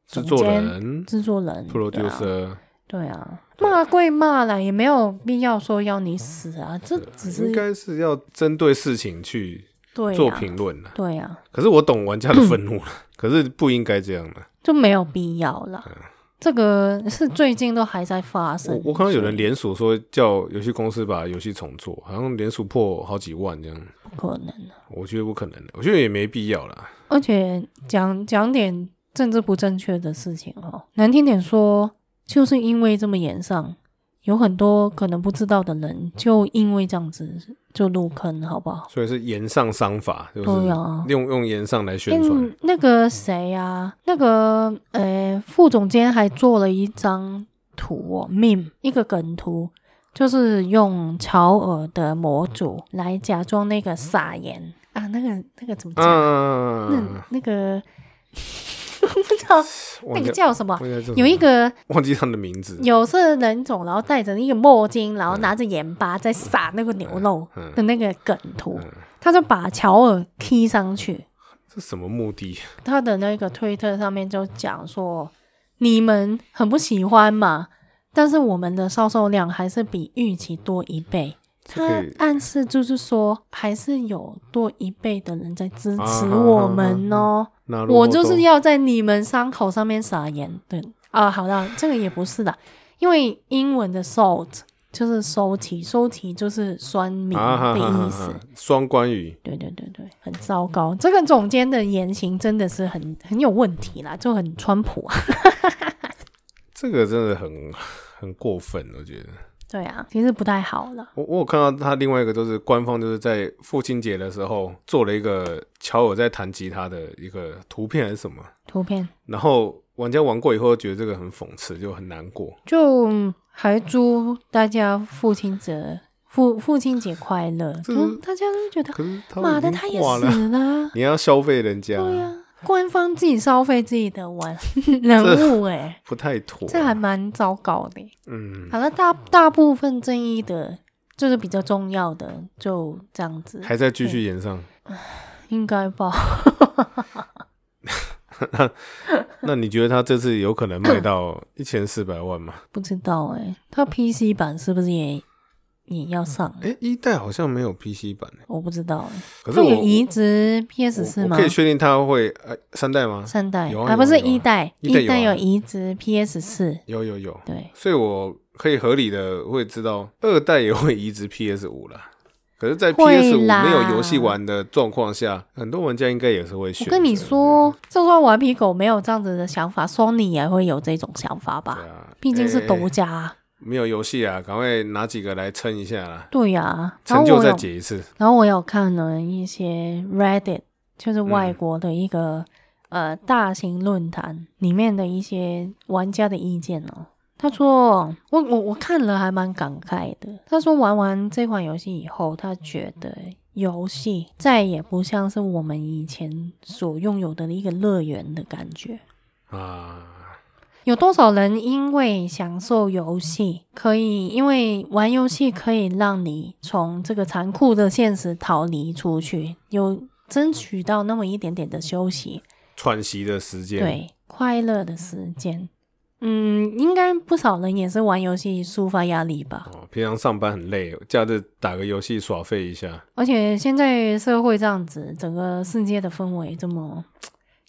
Speaker 2: 制
Speaker 1: 总
Speaker 2: 作
Speaker 1: 监
Speaker 2: 人、
Speaker 1: 制作人、对啊
Speaker 2: producer，
Speaker 1: 对啊，骂归骂啦，也没有必要说要你死啊，这只
Speaker 2: 应
Speaker 1: 是
Speaker 2: 该是要针对事情去
Speaker 1: 对
Speaker 2: 做
Speaker 1: 啊，嗯
Speaker 2: 评论了。
Speaker 1: 对啊，
Speaker 2: 可是我懂玩家的愤怒了，可是不应该这样啊的。
Speaker 1: 就没有必要啦。这个是最近都还在发
Speaker 2: 我
Speaker 1: 生。
Speaker 2: 嗯我看到有人
Speaker 1: 所以
Speaker 2: 联署说叫游戏公司把游戏重做，好像联署破好几万这样，
Speaker 1: 不可能，
Speaker 2: 我觉得不可能的，我觉得也没必要啦。
Speaker 1: 而且讲讲点政治不正确的事情哦，难听点说，就是因为这么演上，有很多可能不知道的人，就因为这样子就入坑，好不好？
Speaker 2: 所以是言上商法，就是
Speaker 1: 对啊
Speaker 2: 用用言上来宣传
Speaker 1: 嗯，那个谁啊，那个呃，副总监还做了一张图哦，meme 一个梗图，就是用乔尔的模组来假装那个撒盐啊，那个那个怎么讲？那
Speaker 2: 啊。
Speaker 1: 那 个不知道那
Speaker 2: 忘
Speaker 1: 个
Speaker 2: 记
Speaker 1: 叫什么？
Speaker 2: 忘记叫什么
Speaker 1: 有一个
Speaker 2: 忘记他的名字，
Speaker 1: 有色人种，然后戴着一个墨镜，然后拿着盐巴在撒那个牛肉
Speaker 2: 嗯
Speaker 1: 的那个梗图，他就把乔尔踢上去。
Speaker 2: 这什么目的？
Speaker 1: 他的那个推特上面就讲说，你们很不喜欢嘛，但是我们的销售量还是比预期多一倍。
Speaker 2: 这可
Speaker 1: 他
Speaker 2: 以
Speaker 1: 暗示就是说，还是有多一倍的人在支
Speaker 2: 啊
Speaker 1: 持我们哦。
Speaker 2: 那
Speaker 1: 我就是要在你们伤口上面撒盐。对啊，好啦，这个也不是啦，因为英文的 salt 就是收集，收集就是酸民
Speaker 2: 啊哈
Speaker 1: 的
Speaker 2: 哈哈
Speaker 1: 意思。
Speaker 2: 哈，双关语，
Speaker 1: 对对对对，很糟糕。这个总监的言行真的是很很有问题啦，就很川普啊。
Speaker 2: 这个真的很很过分，我觉得。
Speaker 1: 对啊，其实不太好啦。
Speaker 2: 我我有看到他另外一个就是官方就是在父亲节的时候做了一个乔尔在弹吉他的一个图片还是什么，
Speaker 1: 图片
Speaker 2: 然后玩家玩过以后觉得这个很讽刺，就很难过。
Speaker 1: 就嗯还祝大家父亲节父父亲节快乐，
Speaker 2: 这
Speaker 1: 就大家都觉得
Speaker 2: 可是他
Speaker 1: 妈的
Speaker 2: 已经
Speaker 1: 他也
Speaker 2: 挂了，
Speaker 1: 死了，
Speaker 2: 你要消费人家，
Speaker 1: 对呀、官方自己消费自己的 玩人物哎、
Speaker 2: 不太妥。
Speaker 1: 这还蛮糟糕的欸、
Speaker 2: 嗯，
Speaker 1: 好了，大大部分正义的，就是比较重要的，就这样子，
Speaker 2: 还在继续延上，
Speaker 1: 应该吧。
Speaker 2: 那你觉得他这次有可能卖到一千四百万吗？
Speaker 1: 不知道哎、它 PC 版是不是也也要上？
Speaker 2: 哎、一代好像没有 PC 版、欸，
Speaker 1: 我不知道哎、
Speaker 2: 可是
Speaker 1: 它有
Speaker 2: 我
Speaker 1: 移植 PS
Speaker 2: 我
Speaker 1: 四
Speaker 2: 我
Speaker 1: 吗
Speaker 2: 可？以确定他会呃三代吗？
Speaker 1: 三代
Speaker 2: 有啊有啊
Speaker 1: 不是
Speaker 2: 有啊
Speaker 1: 一代，
Speaker 2: 一代有啊
Speaker 1: 有移植 PS 四，
Speaker 2: 有有有，
Speaker 1: 对，
Speaker 2: 所以我可以合理的会知道二代也会移植 PS 五啦。可是，在
Speaker 1: 会
Speaker 2: PS 五
Speaker 1: 啦
Speaker 2: 没有游戏玩的状况下，很多玩家应该也是会选
Speaker 1: 我
Speaker 2: 择。
Speaker 1: 跟你说，就算顽皮狗没有这样子的想法，Sony 也会有这种想法吧
Speaker 2: 对？啊，
Speaker 1: 毕竟是
Speaker 2: 哎
Speaker 1: 独家啊，
Speaker 2: 没有游戏啊，赶快拿几个来撑一下啦，
Speaker 1: 对呀、然
Speaker 2: 成
Speaker 1: 后
Speaker 2: 就
Speaker 1: 我
Speaker 2: 再
Speaker 1: 有，
Speaker 2: 解一次。
Speaker 1: 然后我有看了一些 Reddit，就是外国的一个、呃大型论坛里面的一些玩家的意见哦。他说：“我我我看了还蛮感慨的。他说玩完这款游戏以后，他觉得游戏再也不像是我们以前所拥有的一个乐园的感觉。
Speaker 2: 啊，
Speaker 1: 有多少人因为享受游戏，可以因为玩游戏可以让你从这个残酷的现实逃离出去，有争取到那么一点点的休息，
Speaker 2: 喘息的时间，，
Speaker 1: 对快乐的时间。嗯，应该不少人也是玩游戏抒发压力吧。
Speaker 2: 哦，平常上班很累，假日打个游戏耍废一下，
Speaker 1: 而且现在社会这样子，整个世界的氛围这么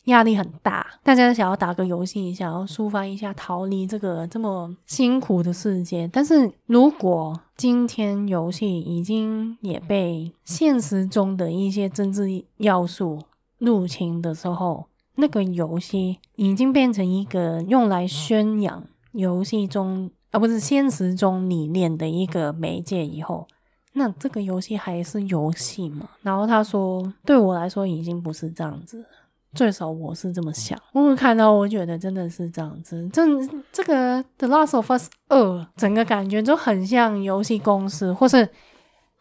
Speaker 1: 压力很大，大家想要打个游戏，想要抒发一下，逃离这个这么辛苦的世界。但是如果今天游戏已经也被现实中的一些政治要素入侵的时候，那个游戏已经变成一个用来宣扬游戏中而、不是现实中理念的一个媒介以后，那这个游戏还是游戏吗？然后他说，对我来说已经不是这样子了，最少我是这么想。我看到，我觉得真的是这样子。这这个《The Last of Us 二》整个感觉就很像游戏公司，或是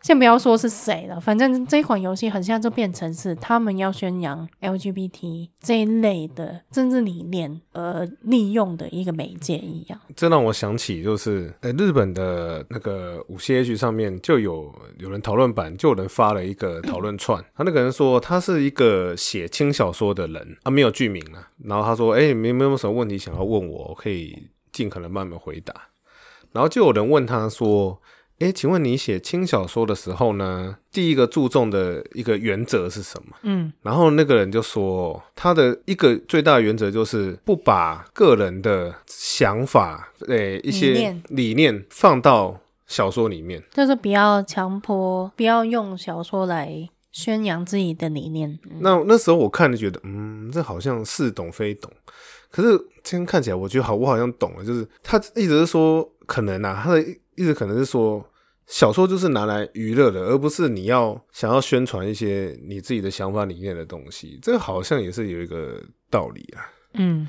Speaker 1: 先不要说是谁了，反正这款游戏很像就变成是他们要宣扬 LGBT 这一类的政治理念而利用的一个媒介一样。
Speaker 2: 这让我想起，就是呃，日本的那个五 C H 上面就有有人讨论版，就有人发了一个讨论串。他那个人说他是一个写轻小说的人，啊，没有剧名啊。然后他说，哎、你们有没有什么问题想要问我？我可以尽可能帮你们回答。然后就有人问他说，哎、请问你写轻小说的时候呢，第一个注重的一个原则是什么？
Speaker 1: 嗯，
Speaker 2: 然后那个人就说，他的一个最大的原则就是不把个人的想法，诶、一
Speaker 1: 理
Speaker 2: 些
Speaker 1: 念
Speaker 2: 理念放到小说里面。
Speaker 1: 就是不要强迫，不要用小说来宣扬自己的理念。嗯
Speaker 2: 那那时候我看就觉得，嗯，这好像似懂非懂。可是今天看起来，我觉得好，我好像懂了，就是他一直是说可能啊，他的一一直可能是说。小说就是拿来娱乐的，而不是你要想要宣传一些你自己的想法理念的东西。这个好像也是有一个道理啊。
Speaker 1: 嗯，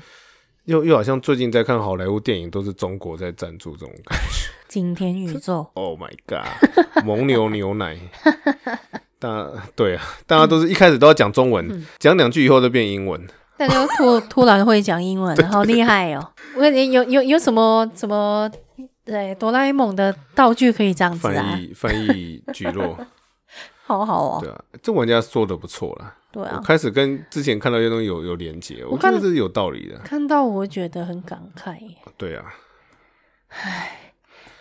Speaker 2: 又又好像最近在看好莱坞电影，都是中国在赞助这种感觉。
Speaker 1: 景天宇宙
Speaker 2: Oh my god，蒙 牛牛奶，大对啊，大家都是一开始都要讲中
Speaker 1: 嗯
Speaker 2: 文，讲两句以后就变英文。
Speaker 1: 大家突突然会讲英文，好厉害哦！我有有有什么什么？对，哆啦 A 梦的道具可以这样子啊
Speaker 2: 翻，译翻译居 落，
Speaker 1: 好好哦。
Speaker 2: 对啊，这玩家做的不错啦。
Speaker 1: 对
Speaker 2: 我
Speaker 1: 啊，
Speaker 2: 开始跟之前看到一些东西有有连接，我
Speaker 1: 我看
Speaker 2: 觉得这是有道理的。
Speaker 1: 看到我觉得很感慨耶。
Speaker 2: 对啊，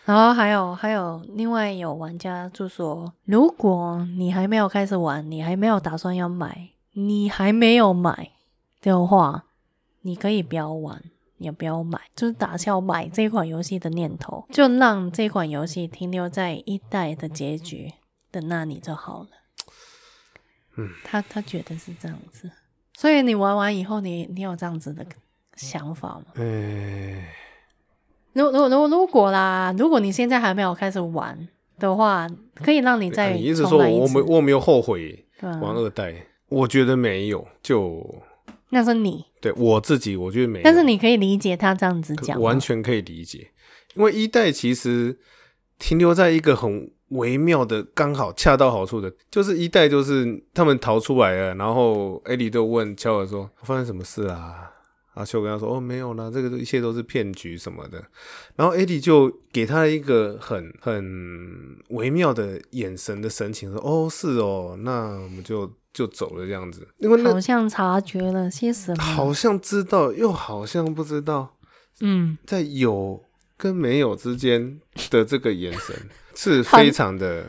Speaker 1: 然后还有还有，另外有玩家就说，如果你还没有开始玩，你还没有打算要买，你还没有买的话，你可以不要玩，也不要买，就是打消买这款游戏的念头，就让这款游戏停留在一代的结局的那里就好了。嗯，他他觉得是这样子，所以你玩完以后你，你有这样子的想法吗？
Speaker 2: 哎，
Speaker 1: 如如如如果啦，如果你现在还没有开始玩的话，可以让你再
Speaker 2: 啊你意思
Speaker 1: 重
Speaker 2: 说
Speaker 1: 来
Speaker 2: 我
Speaker 1: 一
Speaker 2: 我
Speaker 1: 次
Speaker 2: 没我没有后悔
Speaker 1: 对啊
Speaker 2: 玩二代？我觉得没有，就
Speaker 1: 那是你，
Speaker 2: 对我自己，我觉得没有。
Speaker 1: 但是你可以理解他这样子讲吗，
Speaker 2: 完全可以理解，因为一代其实停留在一个很微妙的刚好恰到好处的，就是一代就是他们逃出来了，然后艾莉就问乔尔说发生什么事啦、啊？阿秋跟他说：“哦，没有啦，这个都一切都是骗局什么的。”然后艾莉就给他一个很很微妙的眼神的神情，说：“哦，是哦，那我们就就走了这样子，因为那
Speaker 1: 好像察觉了些什么。
Speaker 2: 好像知道又好像不知道，
Speaker 1: 嗯，
Speaker 2: 在有跟没有之间的这个眼神是
Speaker 1: 很
Speaker 2: 非常的。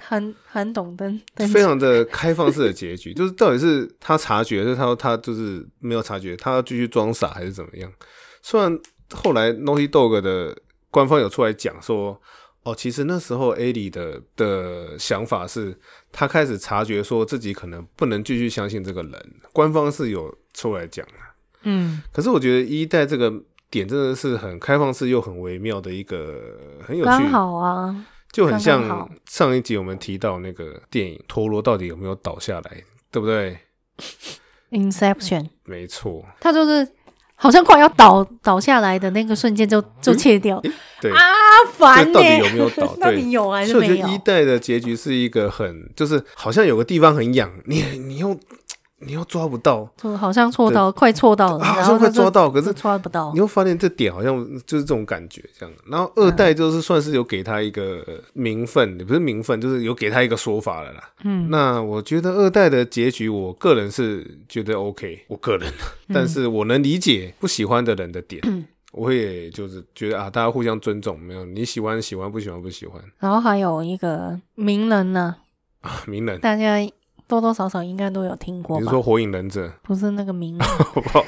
Speaker 1: 很很懂灯灯
Speaker 2: 非常的开放式的结局，就是到底是他察觉，还是他他就是没有察觉，他要继续装傻还是怎么样？虽然后来 Naughty Dog 的官方有出来讲说，哦，其实那时候 A 里的的想法是，他开始察觉说自己可能不能继续相信这个人，官方是有出来讲的。
Speaker 1: 嗯，
Speaker 2: 可是我觉得一代这个点真的是很开放式又很微妙的一个很有趣，
Speaker 1: 刚好啊，
Speaker 2: 就很
Speaker 1: 刚刚好
Speaker 2: 像上一集我们提到那个电影《陀螺》到底有没有倒下来，对不对？
Speaker 1: Inception，
Speaker 2: 没错，
Speaker 1: 它就是好像快要倒倒下来的那个瞬间就就切掉，
Speaker 2: 对，
Speaker 1: 啊烦
Speaker 2: 这
Speaker 1: 呢、
Speaker 2: 到底有没有 倒
Speaker 1: 到
Speaker 2: 对
Speaker 1: 底有还是
Speaker 2: 所以我
Speaker 1: 没
Speaker 2: 觉
Speaker 1: 有
Speaker 2: 得？一代的结局是一个很，就是好像有个地方很痒，你你又你又抓不到，
Speaker 1: 就好像错到，快错到了，
Speaker 2: 啊好
Speaker 1: 嗯然后
Speaker 2: 像
Speaker 1: 他哦
Speaker 2: 快
Speaker 1: 就
Speaker 2: 抓到，可
Speaker 1: 就是抓不到
Speaker 2: 你。又发现这点好像就是这种感觉这样。然后二代就是算是有给他一个呃名分，也不是名分，就是有给他一个说法了啦。
Speaker 1: 嗯，
Speaker 2: 那我觉得二代的结局，我个人是觉得 OK，我个人， 但是我能理解不喜欢的人的点，
Speaker 1: 嗯
Speaker 2: 我也就是觉得啊，大家互相尊重，没有你喜欢喜欢，不喜欢不喜欢。
Speaker 1: 然后还有一个名人呢、
Speaker 2: 啊，名人，
Speaker 1: 大家多多少少应该都有听过
Speaker 2: 你是
Speaker 1: 吧？
Speaker 2: 说火影 忍者
Speaker 1: 不是那个名人，
Speaker 2: 好不好？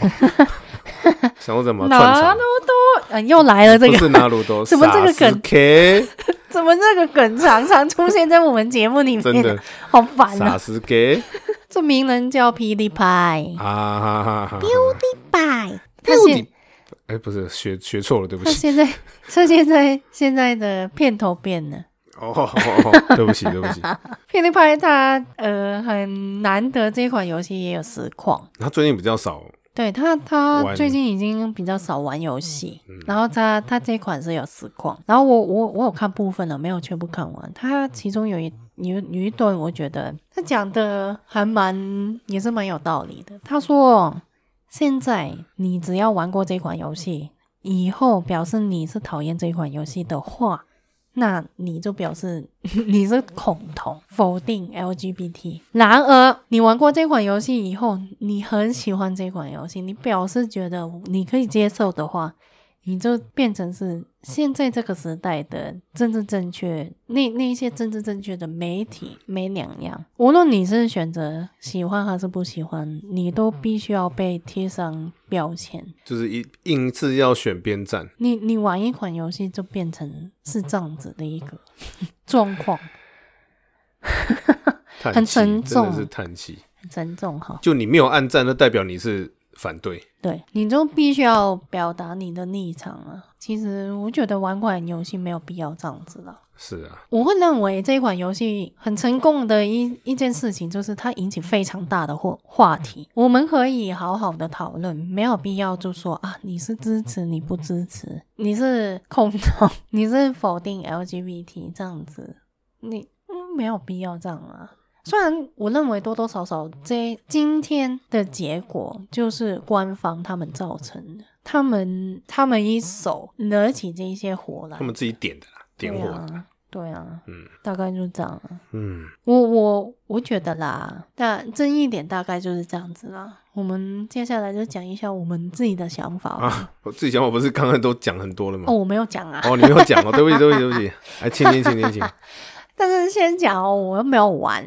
Speaker 2: 想说怎么串
Speaker 1: 哪
Speaker 2: 场
Speaker 1: 那？么多？嗯、又来 了这
Speaker 2: 不
Speaker 1: 个，
Speaker 2: 是拿鲁 多，
Speaker 1: 怎么这个梗
Speaker 2: K
Speaker 1: 怎么这个梗常常出现在我们节目里
Speaker 2: 真
Speaker 1: 面啊？
Speaker 2: 的
Speaker 1: 好烦
Speaker 2: 傻
Speaker 1: 啊！
Speaker 2: 斯 K
Speaker 1: 这名人叫霹雳派
Speaker 2: 啊，哈哈哈哈！
Speaker 1: 拜，他
Speaker 2: 到
Speaker 1: 现
Speaker 2: 底哎，不是学学错了，对不
Speaker 1: 他
Speaker 2: 起。
Speaker 1: 现在他现在现在的片头变了。
Speaker 2: 哦哦，哦哦对不起，对不 起。
Speaker 1: 霹雳派它呃很难得，这款游戏也有实况。
Speaker 2: 他最近比较少
Speaker 1: 对他，他
Speaker 2: 玩
Speaker 1: 最近已经比较少玩游戏，然后他他这一款是有实况，然后我我我有看部分的，没有全部看完。他其中有一有有一段，我觉得他讲的还蛮也是蛮有道理的。他说，现在你只要玩过这款游戏，以后表示你是讨厌这款游戏的话，那你就表示 你是恐同，否定 LGBT。然而，你玩过这款游戏以后，你很喜欢这款游戏，你表示觉得你可以接受的话，你就变成是现在这个时代的政治正确，那那一些政治正确的媒体没两样。无论你是选择喜欢还是不喜欢，你都必须要被贴上标签。
Speaker 2: 就是一硬是要选边站，
Speaker 1: 你你玩一款游戏就变成是这样子的一个 状况，
Speaker 2: 叹
Speaker 1: 很
Speaker 2: 气
Speaker 1: 沉
Speaker 2: 真
Speaker 1: 重
Speaker 2: 的是叹气。
Speaker 1: 很沉重哈。
Speaker 2: 就你没有暗战，那代表你是反对。
Speaker 1: 对，你就必须要表达你的立场啊。其实我觉得玩款游戏没有必要这样子啦。
Speaker 2: 是啊，
Speaker 1: 我会认为这一款游戏很成功的一一件事情，就是它引起非常大的话话题，
Speaker 2: 嗯
Speaker 1: 我们可以好好的讨论，没有必要就说啊，你是支持，你不支持，你是恐同，你是否定 LGBT 这样子，你、嗯、没有必要这样啊。虽然我认为多多少少这今天的结果就是官方他们造成的，他们他们一手惹起这些火来
Speaker 2: 他，们自己点的啦，点火的。
Speaker 1: 对啊，对啊，
Speaker 2: 嗯
Speaker 1: 大概就这样啊。
Speaker 2: 嗯，
Speaker 1: 我我我觉得啦，但争议点大概就是这样子啦。我们接下来就讲一下我们自己的想法吧
Speaker 2: 啊我自己想法不是刚刚都讲很多了吗
Speaker 1: 哦，？我没有讲啊，
Speaker 2: 哦，你没有讲哦，对不起，对不起，对不起。哎，请请请 请请。
Speaker 1: 但是先讲哦，我又没有玩，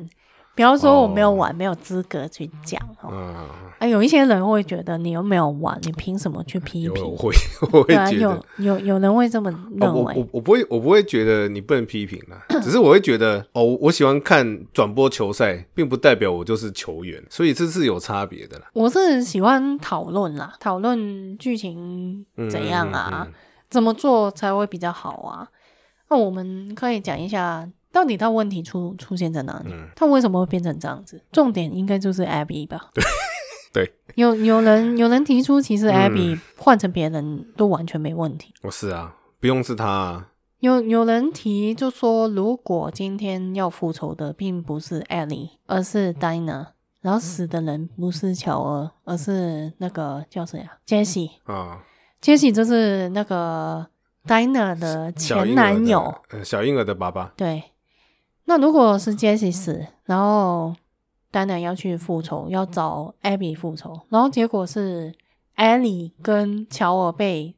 Speaker 1: 不要说我没有
Speaker 2: 哦
Speaker 1: 玩，没有资格去讲哦。
Speaker 2: 啊，
Speaker 1: 啊，有一些人会觉得你又没有玩，你凭什么去批
Speaker 2: 有我
Speaker 1: 评？
Speaker 2: 会 我会
Speaker 1: 对啊，
Speaker 2: 觉得
Speaker 1: 有，有有人会这么
Speaker 2: 哦、
Speaker 1: 认
Speaker 2: 我
Speaker 1: 为，
Speaker 2: 我我不会我不会觉得你不能批评 啦，只是我会觉得哦，我喜欢看转播球赛，并不代表我就是球员，所以这是有差别的啦。
Speaker 1: 我是喜欢讨论啦，讨论剧情
Speaker 2: 嗯
Speaker 1: 怎样啊，
Speaker 2: 嗯嗯
Speaker 1: 怎么做才会比较好啊？那我们可以讲一下，到底它问题出出现在哪里？
Speaker 2: 嗯
Speaker 1: 它为什么会变成这样子？重点应该就是 Abby 吧？
Speaker 2: 对，嗯
Speaker 1: 有有人有人提出，其实 Abby 换成别人都完全没问题。
Speaker 2: 我是啊，不用是他、啊，
Speaker 1: 有有人提就说，如果今天要复仇的并不是艾莉，而是戴娜，然后死的人不是乔尔，而是那个叫谁啊？杰西。
Speaker 2: 啊，
Speaker 1: 杰西就是那个戴娜的
Speaker 2: 小
Speaker 1: 前
Speaker 2: 婴儿
Speaker 1: 男友
Speaker 2: 的。呃小婴儿的爸爸，
Speaker 1: 对，那如果是杰西死，然后丹南要去复仇，要找艾比复仇，然后结果是艾莉跟乔尔被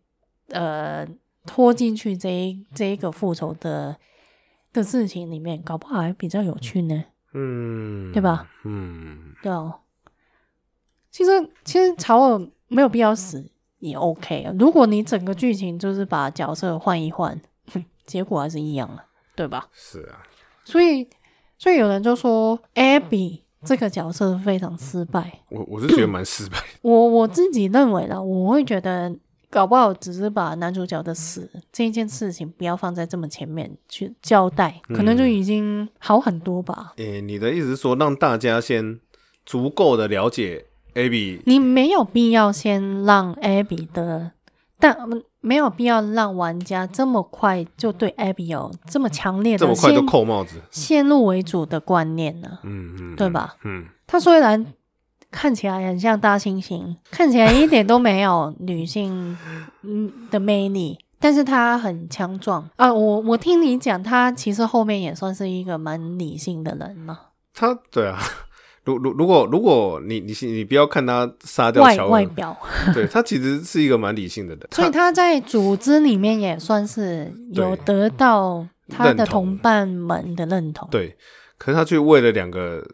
Speaker 1: 呃拖进去这一这一个复仇的的事情里面，搞不好还比较有趣呢，
Speaker 2: 嗯，
Speaker 1: 对？吧？
Speaker 2: 嗯，
Speaker 1: 对哦。其实其实乔尔没有必要死也 OK 啊，如果你整个剧情就是把角色换一换，哼结果还是一样啊，对吧？
Speaker 2: 是啊，
Speaker 1: 所以，所以有人就说 Abby 这个角色非常失败。
Speaker 2: 我我是觉得蛮失 败的。
Speaker 1: 我我自己认为啦，我会觉得搞不好只是把男主角的死这一件事情不要放在这么前面去交代，
Speaker 2: 嗯
Speaker 1: 可能就已经好很多吧。
Speaker 2: 诶、你的意思是说让大家先足够的了解 Abby
Speaker 1: 你没有必要先让 Abby 的，但没有必要让玩家这么快就对 Abby 有这么强烈
Speaker 2: 这
Speaker 1: 的
Speaker 2: 么快
Speaker 1: 先
Speaker 2: 就扣帽子？
Speaker 1: 先入为主的观念呢、
Speaker 2: 嗯嗯，
Speaker 1: 对吧？
Speaker 2: 嗯，
Speaker 1: 她虽然看起来很像大猩猩，看起来一点都没有女 性嗯的魅力，但是她很强壮啊。我我听你讲，她其实后面也算是一个蛮理性的人嘛，
Speaker 2: 他对啊。 如如如果如果你你你不要看他杀掉
Speaker 1: 外
Speaker 2: 乔
Speaker 1: 外
Speaker 2: 恩，
Speaker 1: 表，
Speaker 2: 对他其实是一个蛮理性的人，
Speaker 1: 所以
Speaker 2: 他
Speaker 1: 她在组织里面也算是有
Speaker 2: 对
Speaker 1: 得到她
Speaker 2: 认
Speaker 1: 的
Speaker 2: 同
Speaker 1: 同伴们的认同，
Speaker 2: 对，可是他却为了两个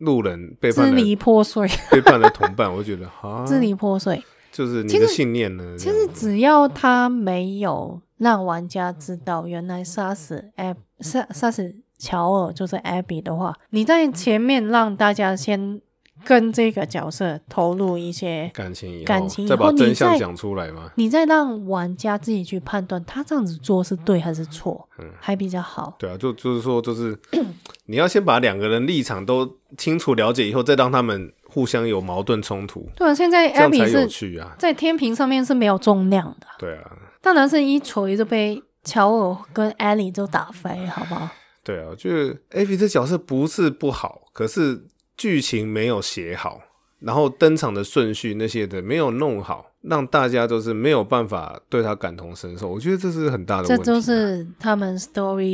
Speaker 2: 路人啊背
Speaker 1: 支
Speaker 2: 叛了
Speaker 1: 离破碎，
Speaker 2: 背叛了同伴，我就觉得啊，
Speaker 1: 支离破碎。
Speaker 2: 就是你
Speaker 1: 其
Speaker 2: 的
Speaker 1: 实
Speaker 2: 信念呢？
Speaker 1: 其
Speaker 2: 这
Speaker 1: 实
Speaker 2: 样子
Speaker 1: 只要他没有让玩家知道，原来杀死艾杀杀死乔尔就是 Abby 的话，你在前面让大家先跟这个角色投入一些，
Speaker 2: 感情以后，
Speaker 1: 感情以
Speaker 2: 再把
Speaker 1: 后你
Speaker 2: 真相
Speaker 1: 再
Speaker 2: 讲出来嘛。
Speaker 1: 你再让玩家自己去判断他这样子做是对还是错，还比较好。
Speaker 2: 对啊，就就是说，就是 你要先把两个人立场都清楚了解以后，再让他们互相有矛盾冲突，
Speaker 1: 对啊，现在
Speaker 2: 这样
Speaker 1: Abby
Speaker 2: 才有
Speaker 1: 是
Speaker 2: 趣啊。
Speaker 1: 在天平上面是没有重量的，
Speaker 2: 对啊，
Speaker 1: 当然是一锤就被乔尔跟艾莉就打飞，好不好？
Speaker 2: 对啊，我觉得 a v 这角色不是不好，可是剧情没有写好，然后登场的顺序那些的没有弄好，让大家都是没有办法对他感同身受。我觉得这是很大的
Speaker 1: 这
Speaker 2: 问题、啊。
Speaker 1: 就是他们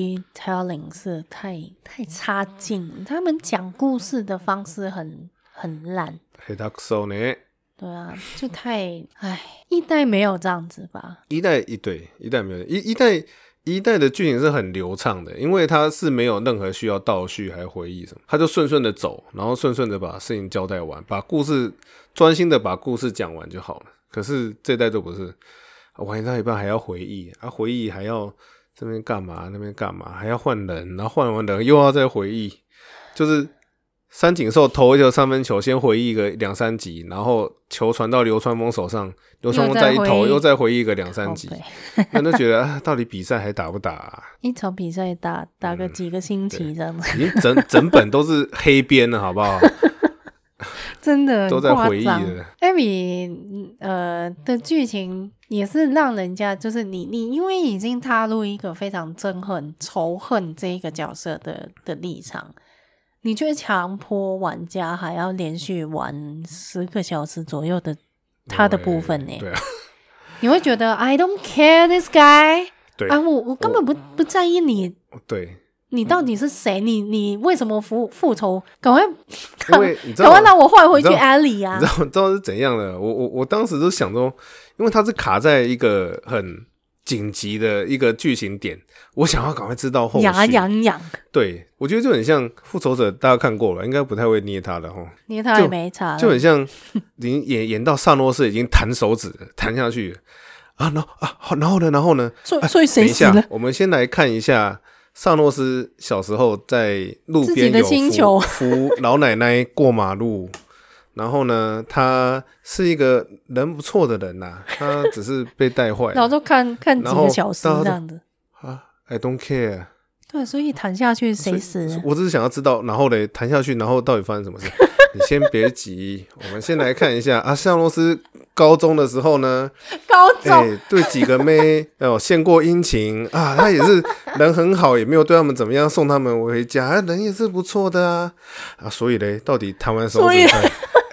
Speaker 1: storytelling 是太太差劲，他们讲故事的方式很很烂，
Speaker 2: 黑大手呢？
Speaker 1: 对啊，就太唉，一代没有这样子吧？
Speaker 2: 一代一对一代没有一一代一代的剧情是很流畅的，因为它是没有任何需要倒叙还回忆什么，它就顺顺的走，然后顺顺的把事情交代完，把故事专心的把故事讲完就好了。可是这代就不是，啊玩到一半还要回忆啊，回忆还要这边干嘛那边干嘛，还要换人，然后换完人又要再回忆，就是。三井寿投一球三分球，先回忆个两三集，然后球传到流川枫手上，流川
Speaker 1: 又
Speaker 2: 枫再
Speaker 1: 再
Speaker 2: 一
Speaker 1: 回
Speaker 2: 投，
Speaker 1: 忆
Speaker 2: 又再回忆个两三集
Speaker 1: 靠，北
Speaker 2: 那就觉得啊，到底比赛还打不打啊、
Speaker 1: 一场比赛打打
Speaker 2: 嗯
Speaker 1: 个几个星期这样子，
Speaker 2: 已经整整本都是黑边了，好不好？
Speaker 1: 真的
Speaker 2: 都
Speaker 1: 很
Speaker 2: 在
Speaker 1: 夸
Speaker 2: 回忆
Speaker 1: 张。
Speaker 2: 了。
Speaker 1: 艾米呃的剧情也是让人家就是你你因为已经踏入一个非常憎恨仇恨这一个角色的的立场，你却强迫玩家还要连续玩十个小时左右的 他的部分呢、
Speaker 2: 对啊，
Speaker 1: 你会觉得 I don't care this guy
Speaker 2: 对
Speaker 1: 啊，我我根本不不在意你。
Speaker 2: 对，
Speaker 1: 你到底是谁？你你为什么复复仇？赶快
Speaker 2: 因为你知
Speaker 1: 赶
Speaker 2: 道，
Speaker 1: 快让我换回
Speaker 2: 你
Speaker 1: 去
Speaker 2: 知道
Speaker 1: 安里啊
Speaker 2: 你知！道你知道是怎样的？我我我当时就想说，因为它是卡在一个很紧急的一个剧情点，我想要赶快知道后续。
Speaker 1: 牙痒痒，
Speaker 2: 对，我觉得就很像《复仇者》，大家看过了，应该不太会捏他了哈。
Speaker 1: 你他也没查了，
Speaker 2: 就很像已经演演到萨诺斯已经弹手指了弹下去了啊，然后啊，好然后呢，然后呢，
Speaker 1: 所以 所以
Speaker 2: 哎等
Speaker 1: 谁
Speaker 2: 一
Speaker 1: 死
Speaker 2: 下
Speaker 1: 了？，
Speaker 2: 我们先来看一下萨诺斯小时候在路
Speaker 1: 自己
Speaker 2: 边
Speaker 1: 的
Speaker 2: 有
Speaker 1: 星
Speaker 2: 扶
Speaker 1: 球
Speaker 2: 扶老奶奶过马路。然后呢，他是一个人不错的人呐、他只是被带 坏
Speaker 1: 然后就看看几
Speaker 2: 哎然后
Speaker 1: 个小时
Speaker 2: 大家都
Speaker 1: 这样子。
Speaker 2: 啊。I don't care，
Speaker 1: 对，所以谈下去谁死了？
Speaker 2: 我只是想要知道，然后嘞谈下去，然后到底发生什么事？你先别急，我们先来看一下啊。萨诺斯高中的时候呢，
Speaker 1: 高
Speaker 2: 哎、
Speaker 1: 中
Speaker 2: 对几个妹 哦献过殷勤啊，他也是人很好，也没有对他们怎么样，送他们回家，啊人也是不错的啊啊，所以嘞，到底谈完手
Speaker 1: 所
Speaker 2: 指
Speaker 1: 以
Speaker 2: 看，哎、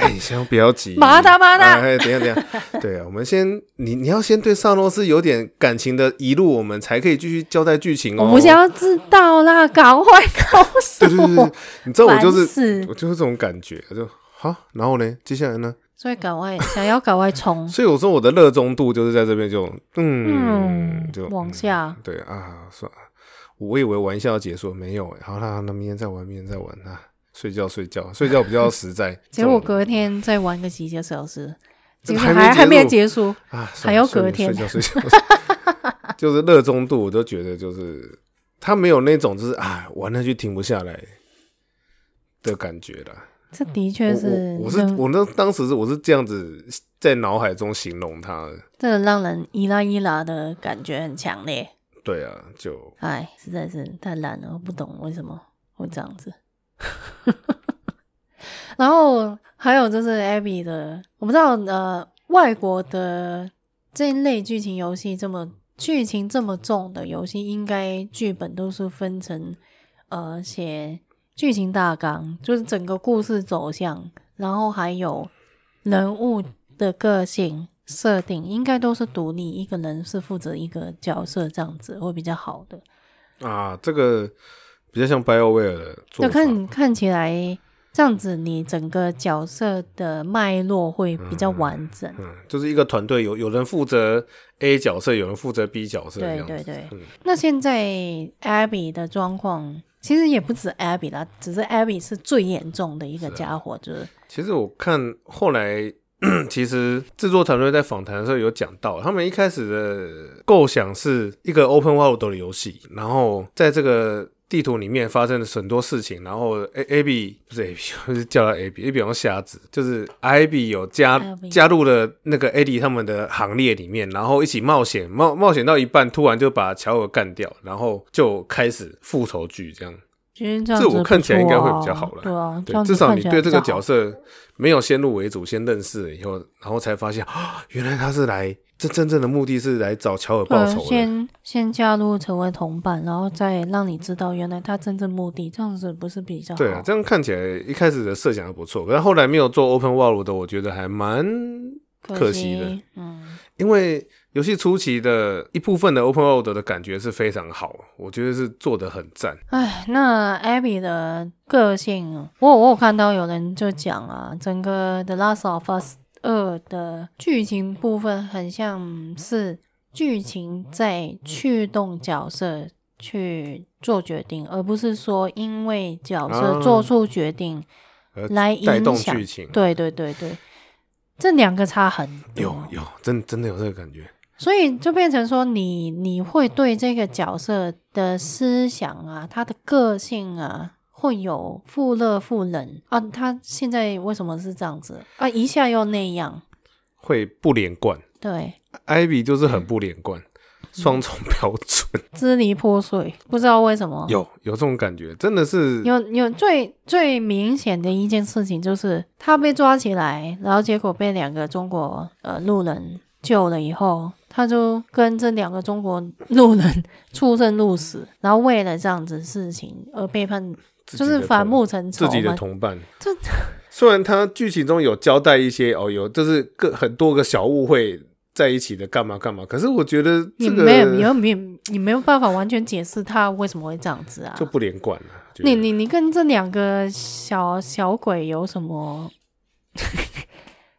Speaker 2: 哎，你先不要急，
Speaker 1: 麻达麻达
Speaker 2: 哎，等一下等一下，对啊，我们先，你你要先对萨诺斯有点感情的一路，我们才可以继续交代剧情哦。
Speaker 1: 我们想要知道啦，赶快告诉
Speaker 2: 对对对
Speaker 1: 我
Speaker 2: 对，，你知道我就
Speaker 1: 烦
Speaker 2: 是
Speaker 1: 死
Speaker 2: 我就是这种感觉，就好，然后呢，接下来呢？
Speaker 1: 所以赶快想要赶快 冲，
Speaker 2: 所以我说我的热衷度就是在这边就嗯
Speaker 1: 嗯
Speaker 2: 就，
Speaker 1: 往下
Speaker 2: 嗯对啊，算了，我以为玩笑要结束，没有、欸，好啦，那明天再玩，明天再玩啊，睡觉睡觉睡觉比较实在。
Speaker 1: 结果
Speaker 2: 这种
Speaker 1: 隔天再玩个几个小时，
Speaker 2: 这
Speaker 1: 结果
Speaker 2: 还没
Speaker 1: 还还没
Speaker 2: 结束
Speaker 1: 结束，
Speaker 2: 啊，算了
Speaker 1: 还要
Speaker 2: 睡
Speaker 1: 隔天
Speaker 2: 睡觉睡觉， 就是热衷度，我都觉得就是他没有那种就是啊玩下去停不下来的感觉了。
Speaker 1: 这的确是
Speaker 2: 我我我是
Speaker 1: 能
Speaker 2: 我那当时是我是这样子在脑海中形容他的，
Speaker 1: 真的让人一拉一拉的感觉很强烈。
Speaker 2: 对啊，就
Speaker 1: 哎，实在是太懒了，我不懂为什么会这样子。然后还有就是 Abby 的，我不知道呃，外国的这一类剧情游戏这么剧情这么重的游戏，应该剧本都是分成呃写剧情大纲，就是整个故事走向，然后还有人物的个性设定，应该都是独立，一个人是负责一个角色这样子会比较好的。
Speaker 2: 啊，这个比较像 BioWare 的做
Speaker 1: 就
Speaker 2: 法，
Speaker 1: 看看起来这样子，你整个角色的脉络会比较完整。
Speaker 2: 嗯，就是一个团队有有人负责 A 角色，有人负责 B 角色这
Speaker 1: 对
Speaker 2: 样
Speaker 1: 对
Speaker 2: 子，
Speaker 1: 对。
Speaker 2: 嗯
Speaker 1: 那现在 Abby 的状况其实也不止 Abby 啦，只是 Abby 是最严重的一
Speaker 2: 啊
Speaker 1: 个家伙，就是
Speaker 2: 其实我看后来。 其实制作团队在访谈的时候有讲到，他们一开始的构想是一个 open world 的游戏，然后在这个地图里面发生了很多事情，然后 A A B 不是 A B，我 是叫他 A B A B 好像瞎子，就是 I B 有加
Speaker 1: Abby
Speaker 2: 加入了那个 AD 他们的行列里面，然后一起冒险，冒冒险到一半，突然就把乔尔干掉，然后就开始复仇剧这样。
Speaker 1: 其实这样子、啊
Speaker 2: 这我看起来应该会比较好啦
Speaker 1: 了。对啊，这
Speaker 2: 对，
Speaker 1: 样子
Speaker 2: 至少
Speaker 1: 看
Speaker 2: 你
Speaker 1: 起来
Speaker 2: 对这个
Speaker 1: 比较
Speaker 2: 角
Speaker 1: 好
Speaker 2: 色没有先入为主，先认识了以后，然后才发现啊，原来他是来 这真正的目的是来找乔尔报
Speaker 1: 呃，
Speaker 2: 仇的。
Speaker 1: 先先加入成为同伴，然后再让你知道原来他真正目的，这样子不是比较好？
Speaker 2: 对啊，这样看起来一开始的设想还不错，可是后来没有做 open world 的，我觉得还蛮，可
Speaker 1: 可
Speaker 2: 惜的
Speaker 1: 嗯，
Speaker 2: 因为游戏初期的一部分的 open world 的感觉是非常好，我觉得是做的很赞。
Speaker 1: 哎，那 Abby 的个性，我我有看到有人就讲啊，整个《The Last of Us 二》的剧情部分很像是剧情在驱动角色去做决定，而不是说因为角色
Speaker 2: 啊
Speaker 1: 做出决定
Speaker 2: 而
Speaker 1: 来
Speaker 2: 带动
Speaker 1: 影响
Speaker 2: 剧情
Speaker 1: 对对对对，这两个差很多。
Speaker 2: 有有，真真的有这个感觉。
Speaker 1: 所以就变成说你，你会对这个角色的思想啊，他的个性啊，会有富乐富冷啊。他现在为什么是这样子啊？一下又那样，
Speaker 2: 会不连贯，
Speaker 1: 对，
Speaker 2: 艾比就是很不连贯，
Speaker 1: 嗯
Speaker 2: 双重标准，
Speaker 1: 支离破碎，不知道为什么。
Speaker 2: 有有这种感觉，真的是
Speaker 1: 有有最最明显的一件事情就是他被抓起来，然后结果被两个中国呃路人救了以后，他就跟这两个中国路人 出生入死，然后为了这样子事情而背叛，
Speaker 2: 自己
Speaker 1: 就
Speaker 2: 的
Speaker 1: 是反
Speaker 2: 同
Speaker 1: 目成仇
Speaker 2: 自己的
Speaker 1: 嘛。
Speaker 2: 同伴。
Speaker 1: 这
Speaker 2: 虽然他剧情中有交代一些哦，有就是各很多个小误会在一起的干嘛干嘛，可是我觉得
Speaker 1: 你
Speaker 2: 这
Speaker 1: 没有
Speaker 2: 个
Speaker 1: 没有没有你没有办法完全解释他为什么会这样子啊
Speaker 2: 就？不连贯了。觉得
Speaker 1: 你你你跟这两个小小鬼有什么？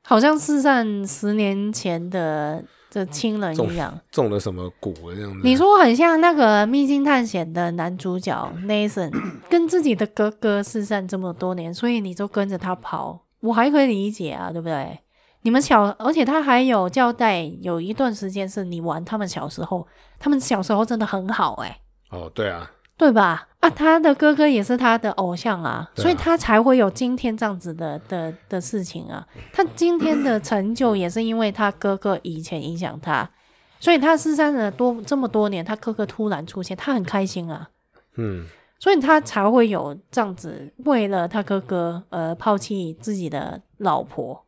Speaker 1: 好像是像十年前的这亲人一样。
Speaker 2: 中了什么蛊这样子？
Speaker 1: 你说很像那个《秘境探险》的男主角 Nathan，跟自己的哥哥失散这么多年，所以你就跟着他跑，我还可以理解啊，对不对？你们小，而且他还有交代，有一段时间是你玩他们小时候，他们小时候真的很好哎、
Speaker 2: 哦，对啊，
Speaker 1: 对吧？啊，他的哥哥也是他的偶像啊，
Speaker 2: 对啊
Speaker 1: 所以他才会有今天这样子的的的事情啊。他今天的成就也是因为他哥哥以前影响他，所以他失散了多这么多年，他哥哥突然出现，他很开心啊，
Speaker 2: 嗯，
Speaker 1: 所以他才会有这样子为了他哥哥而抛弃自己的老婆，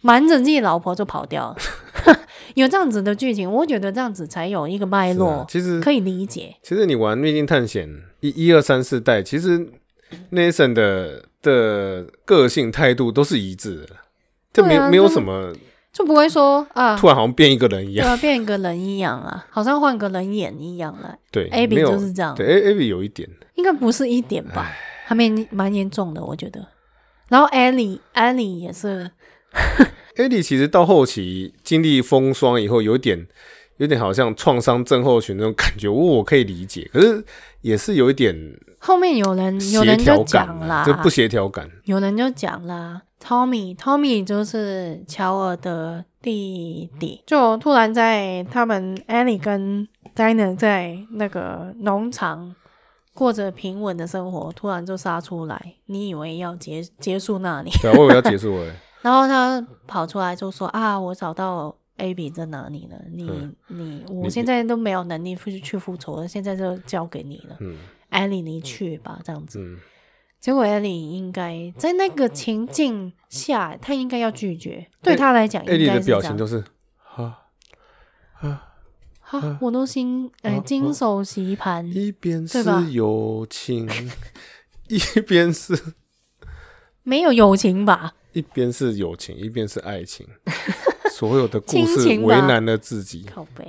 Speaker 1: 瞒着自己老婆就跑掉 了。有这样子的剧情，我觉得这样子才有一个脉
Speaker 2: 是啊
Speaker 1: 络，
Speaker 2: 其实
Speaker 1: 可以理解。
Speaker 2: 其实你玩《秘境探险》一、一二、三四代，其实 Nathan 的的个性态度都是一致的，这没
Speaker 1: 对啊
Speaker 2: 没有
Speaker 1: 就是
Speaker 2: 什么
Speaker 1: 就不会说啊，
Speaker 2: 突然好像变一个人
Speaker 1: 对
Speaker 2: 一样，
Speaker 1: 啊，变一个人一样啊，好像换个人眼一样了。
Speaker 2: 对
Speaker 1: A B
Speaker 2: 没有
Speaker 1: 啊就是这样，
Speaker 2: 对 A A B 有一点，
Speaker 1: 应该不是一点吧，还蛮蛮严重的，我觉得。然后 Annie Annie 也是，
Speaker 2: 艾莉其实到后期经历风霜以后，有点有点好像创伤症候群那种感觉，我我可以理解，可是也是有一点
Speaker 1: 后面有人嗯有
Speaker 2: 协
Speaker 1: 人
Speaker 2: 调
Speaker 1: 就
Speaker 2: 感
Speaker 1: 讲
Speaker 2: 啊
Speaker 1: 啦，
Speaker 2: 就不协调感。
Speaker 1: 有人就讲啦，Tommy Tommy 就是乔尔的弟弟，就突然在他们 Annie 跟 Dina 在那个农场过着平稳的生活，突然就杀出来，你以为要结结束那里？
Speaker 2: 对啊，我以为要 结束了，
Speaker 1: 然后他跑出来就说啊，我找到 A B 在哪里了？你
Speaker 2: 嗯
Speaker 1: 你
Speaker 2: 你
Speaker 1: 我现在都没有能力去去复仇了，现在就交给你了。
Speaker 2: 嗯
Speaker 1: 艾莉，你去吧，这样子。
Speaker 2: 嗯，
Speaker 1: 结果艾莉应该在那个情境下，她应该要拒绝，
Speaker 2: 艾
Speaker 1: 对她来讲
Speaker 2: 哎艾
Speaker 1: 哎应
Speaker 2: 莉
Speaker 1: 该
Speaker 2: 的
Speaker 1: 是这
Speaker 2: 表情
Speaker 1: 样。
Speaker 2: 都是啊啊，
Speaker 1: 哈，我都心
Speaker 2: 啊
Speaker 1: 呃
Speaker 2: 啊
Speaker 1: 金手洗盘，
Speaker 2: 一边是
Speaker 1: 对吧
Speaker 2: 友情，一边是
Speaker 1: 没有友情吧？
Speaker 2: 一边是友情，一边是 爱情，所有的故
Speaker 1: 亲
Speaker 2: 事
Speaker 1: 情
Speaker 2: 为
Speaker 1: 吧
Speaker 2: 难了自己。
Speaker 1: 靠背。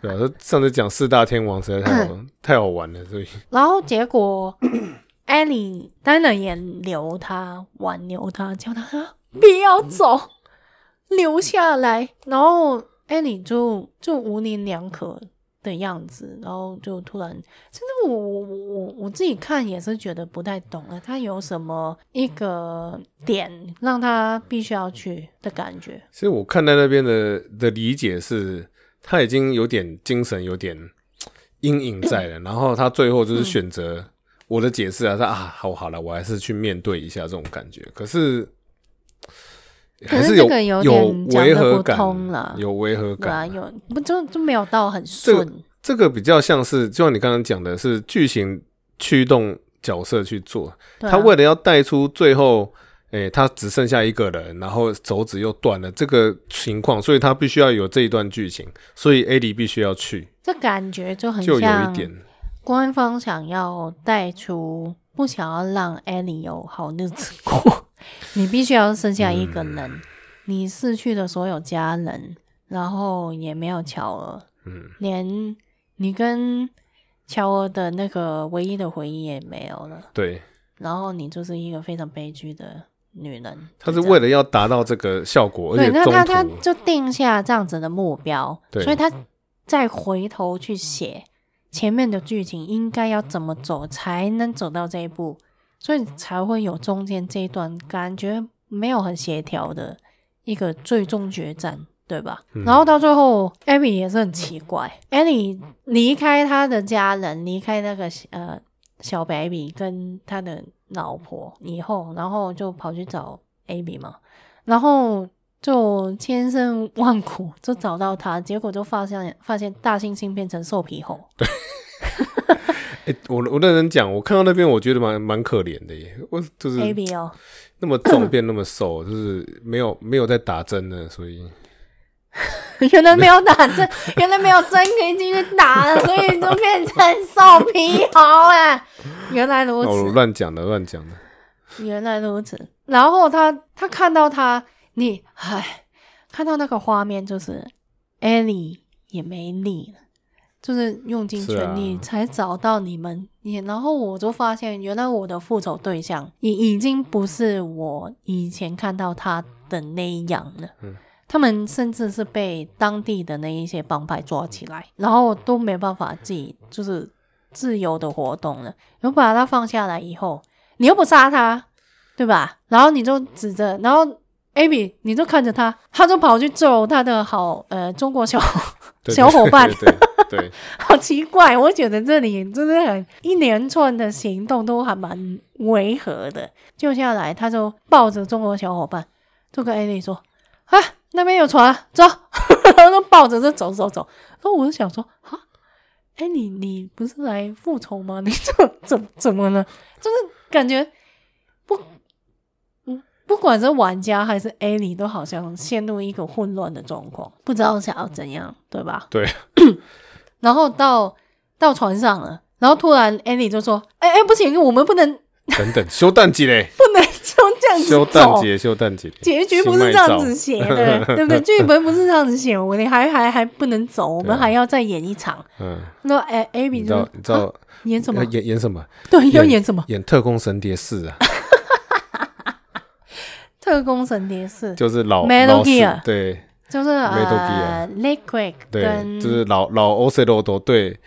Speaker 2: 对啊，上次讲四大天王实在 太好太好玩了，所以
Speaker 1: 然后结果 艾莉当然也留他，挽留他，叫他啊不要走，留下来。然后艾莉就就模棱两可的样子，然后就突然，真的我我我我我自己看也是觉得不太懂了，他有什么一个点让他必须要去的感觉？
Speaker 2: 所以我看在那边的的理解是，他已经有点精神有点阴影在 了，然后他最后
Speaker 1: 嗯
Speaker 2: 就是选择我的解释啊，他啊好好了，我还是去面对一下这种感觉，可是。
Speaker 1: 可
Speaker 2: 还
Speaker 1: 是
Speaker 2: 是
Speaker 1: 这
Speaker 2: 有
Speaker 1: 个有
Speaker 2: 有
Speaker 1: 点讲
Speaker 2: 违
Speaker 1: 得
Speaker 2: 和
Speaker 1: 不
Speaker 2: 感
Speaker 1: 通啦，
Speaker 2: 有违和
Speaker 1: 对啊，
Speaker 2: 感。
Speaker 1: 有不就就没有到很
Speaker 2: 这个
Speaker 1: 顺，
Speaker 2: 这个比较像是，就像你刚刚讲的，是剧情驱动角色去做，
Speaker 1: 对啊
Speaker 2: 他为了要带出最后，诶、他只剩下一个人，然后手指又断了这个情况，所以他必须要有这一段剧情，所以 A 里必须要去，
Speaker 1: 这感觉就很
Speaker 2: 就有一
Speaker 1: 像
Speaker 2: 点，
Speaker 1: 官方想要带出，不想要让 Annie 有好日子过，你必须要剩下一个人，你逝去的所有家人，然后也没有乔儿，
Speaker 2: 嗯，
Speaker 1: 连你跟乔儿的那个唯一的回忆也没有了，
Speaker 2: 对，
Speaker 1: 然后你就是一个非常悲剧的女人。
Speaker 2: 他
Speaker 1: 就是这样
Speaker 2: 为了要达到这个效果，而
Speaker 1: 对，
Speaker 2: 且
Speaker 1: 那
Speaker 2: 中
Speaker 1: 他他
Speaker 2: 途
Speaker 1: 就定下这样子的目标，
Speaker 2: 对
Speaker 1: 所以他再回头去写前面的剧情应该要怎么走才能走到这一步，所以才会有中间这一段感觉没有很协调的一个最终决战。对吧？
Speaker 2: 嗯
Speaker 1: 然后到最后，Abby 也是很奇怪，Abby 离开他的家人，离开那个呃小 baby 跟他的老婆以后，然后就跑去找 Abby 嘛，然后就千辛万苦就找到他，结果就发现发现大猩猩变成瘦皮猴，
Speaker 2: 诶我我认真讲，我看到那边我觉得蛮蛮可怜的耶，我就是
Speaker 1: A B 哦，
Speaker 2: 那么重变那么瘦，就是没有没有在打针呢，所以
Speaker 1: 原来没有打针， 原来没有针可以进去打了，所以就变成瘦皮猴哎，原来如
Speaker 2: 哦我
Speaker 1: 此，
Speaker 2: 乱讲的乱讲的，
Speaker 1: 原来如此。然后他他看到他，你唉，看到那个画面就是 Ellie 也没力了，就是用尽
Speaker 2: 是啊
Speaker 1: 全力才找到你们。也然后我就发现，原来我的复仇对象已已经不是我以前看到他的那样了。
Speaker 2: 嗯
Speaker 1: 他们甚至是被当地的那一些帮派抓起来，然后都没办法自己就是自由的活动了。然后把他放下来以后，你又不杀他，对吧？然后你就指着，然后 Abby 你就看着他，他就跑去揍他的好呃中国小
Speaker 2: 对
Speaker 1: 小伙伴，
Speaker 2: 对 对对，
Speaker 1: 好奇怪，我觉得这里真的很一连串的行动都还蛮违和的。救下来，他就抱着中国小伙伴，就跟艾莉说：“啊，那边有船啊，走。” 然后就抱着就走走走。然后我就想说：“啊，哎，你你不是来复仇吗？ 你怎么怎怎么了？就是感觉不，嗯，不管是玩家还是艾莉，都好像陷入一个混乱的状况，不知道想要怎样，对吧？”然后到到船上了，然后突然 Annie 就说：“哎哎，不行，我们不能
Speaker 2: 等等，休蛋几嘞？
Speaker 1: 不能这样
Speaker 2: 修
Speaker 1: 子
Speaker 2: 蛋
Speaker 1: 走。
Speaker 2: 节，修蛋节，
Speaker 1: 哦结局不是这样子写的，对不对？剧本不是这样子写，我们还还还不能走，我们还要再演一场。
Speaker 2: 嗯，
Speaker 1: 那哎艾
Speaker 2: 你
Speaker 1: 比
Speaker 2: 知
Speaker 1: 就
Speaker 2: 道你知道
Speaker 1: 演什
Speaker 2: 要
Speaker 1: 么？
Speaker 2: 演演什么？
Speaker 1: 对，要演什么？
Speaker 2: 演特工神谍四啊，
Speaker 1: 特工神谍四，
Speaker 2: 就 是老
Speaker 1: Metal
Speaker 2: 老四
Speaker 1: Gear
Speaker 2: 对
Speaker 1: 就是
Speaker 2: Metal
Speaker 1: 呃 Liquid
Speaker 2: 对，
Speaker 1: 跟
Speaker 2: 就是老老 o c e l o d 对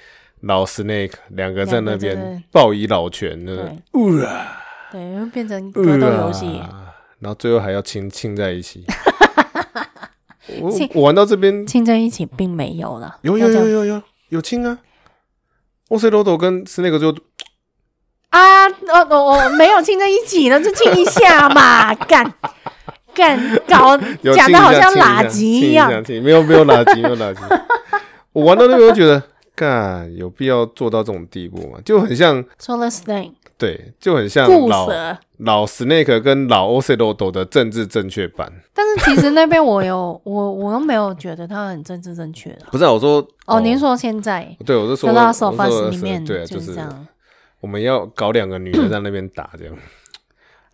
Speaker 2: 老 Snake 两个在那
Speaker 1: 两个
Speaker 2: 边
Speaker 1: 在
Speaker 2: 抱以老拳呢，呜啊
Speaker 1: 对，又变成格斗游戏。
Speaker 2: 啊然后最后还要亲亲在 一起。我
Speaker 1: 亲
Speaker 2: 我玩到这边
Speaker 1: 亲在一起并没有了，
Speaker 2: 有
Speaker 1: 要
Speaker 2: 有有
Speaker 1: 讲
Speaker 2: 有有有亲啊 o c e l o d 跟 Snake 就
Speaker 1: 啊，哦哦哦，没有亲在一起了，就亲一下 嘛，干干搞
Speaker 2: 有
Speaker 1: 讲的好像垃
Speaker 2: 垃
Speaker 1: 圾一样，
Speaker 2: 没有没有垃圾，没有 垃圾。我玩到那边，我觉得，干有必要做到这种地步吗？就很像，
Speaker 1: 说了 snake
Speaker 2: 对，就很像
Speaker 1: 固
Speaker 2: 老
Speaker 1: 蛇。
Speaker 2: 老 Snake 跟老 o c e l o d 的政治正确版。
Speaker 1: 但是其实那边我有我我又没有觉得它很政治正确的。
Speaker 2: 不是、啊，我说
Speaker 1: 哦，您说现在
Speaker 2: 对，我是
Speaker 1: 《The
Speaker 2: 说，我
Speaker 1: Last
Speaker 2: 说
Speaker 1: of Us
Speaker 2: 的》
Speaker 1: 里
Speaker 2: 是
Speaker 1: 面
Speaker 2: 对啊，就是是
Speaker 1: 这样，
Speaker 2: 我们要搞两个女的在那边打这样。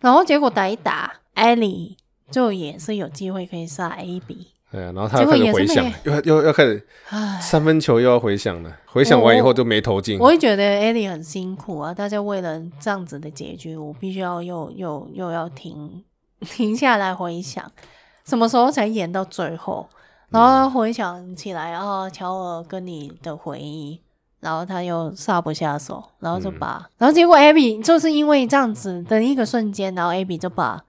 Speaker 1: 然后结果打一打，艾莉就也是有机会可以杀 A B，
Speaker 2: 对啊，然后他又开
Speaker 1: 结
Speaker 2: 始
Speaker 1: 果
Speaker 2: 回
Speaker 1: 也是
Speaker 2: 想，又又要开始
Speaker 1: 唉，
Speaker 2: 三分球又要回想了，回想完以后就没投进。
Speaker 1: 我会觉得艾莉很辛苦啊。大家为了这样子的结局，我必须要又又又要停 停下来回想，什么时候才演到最后？然后回想起来，哦，乔尔跟你的回忆，然后他又撒不下手，然后就把，然后结果艾比就是因为这样子的一个瞬间，然后艾比就把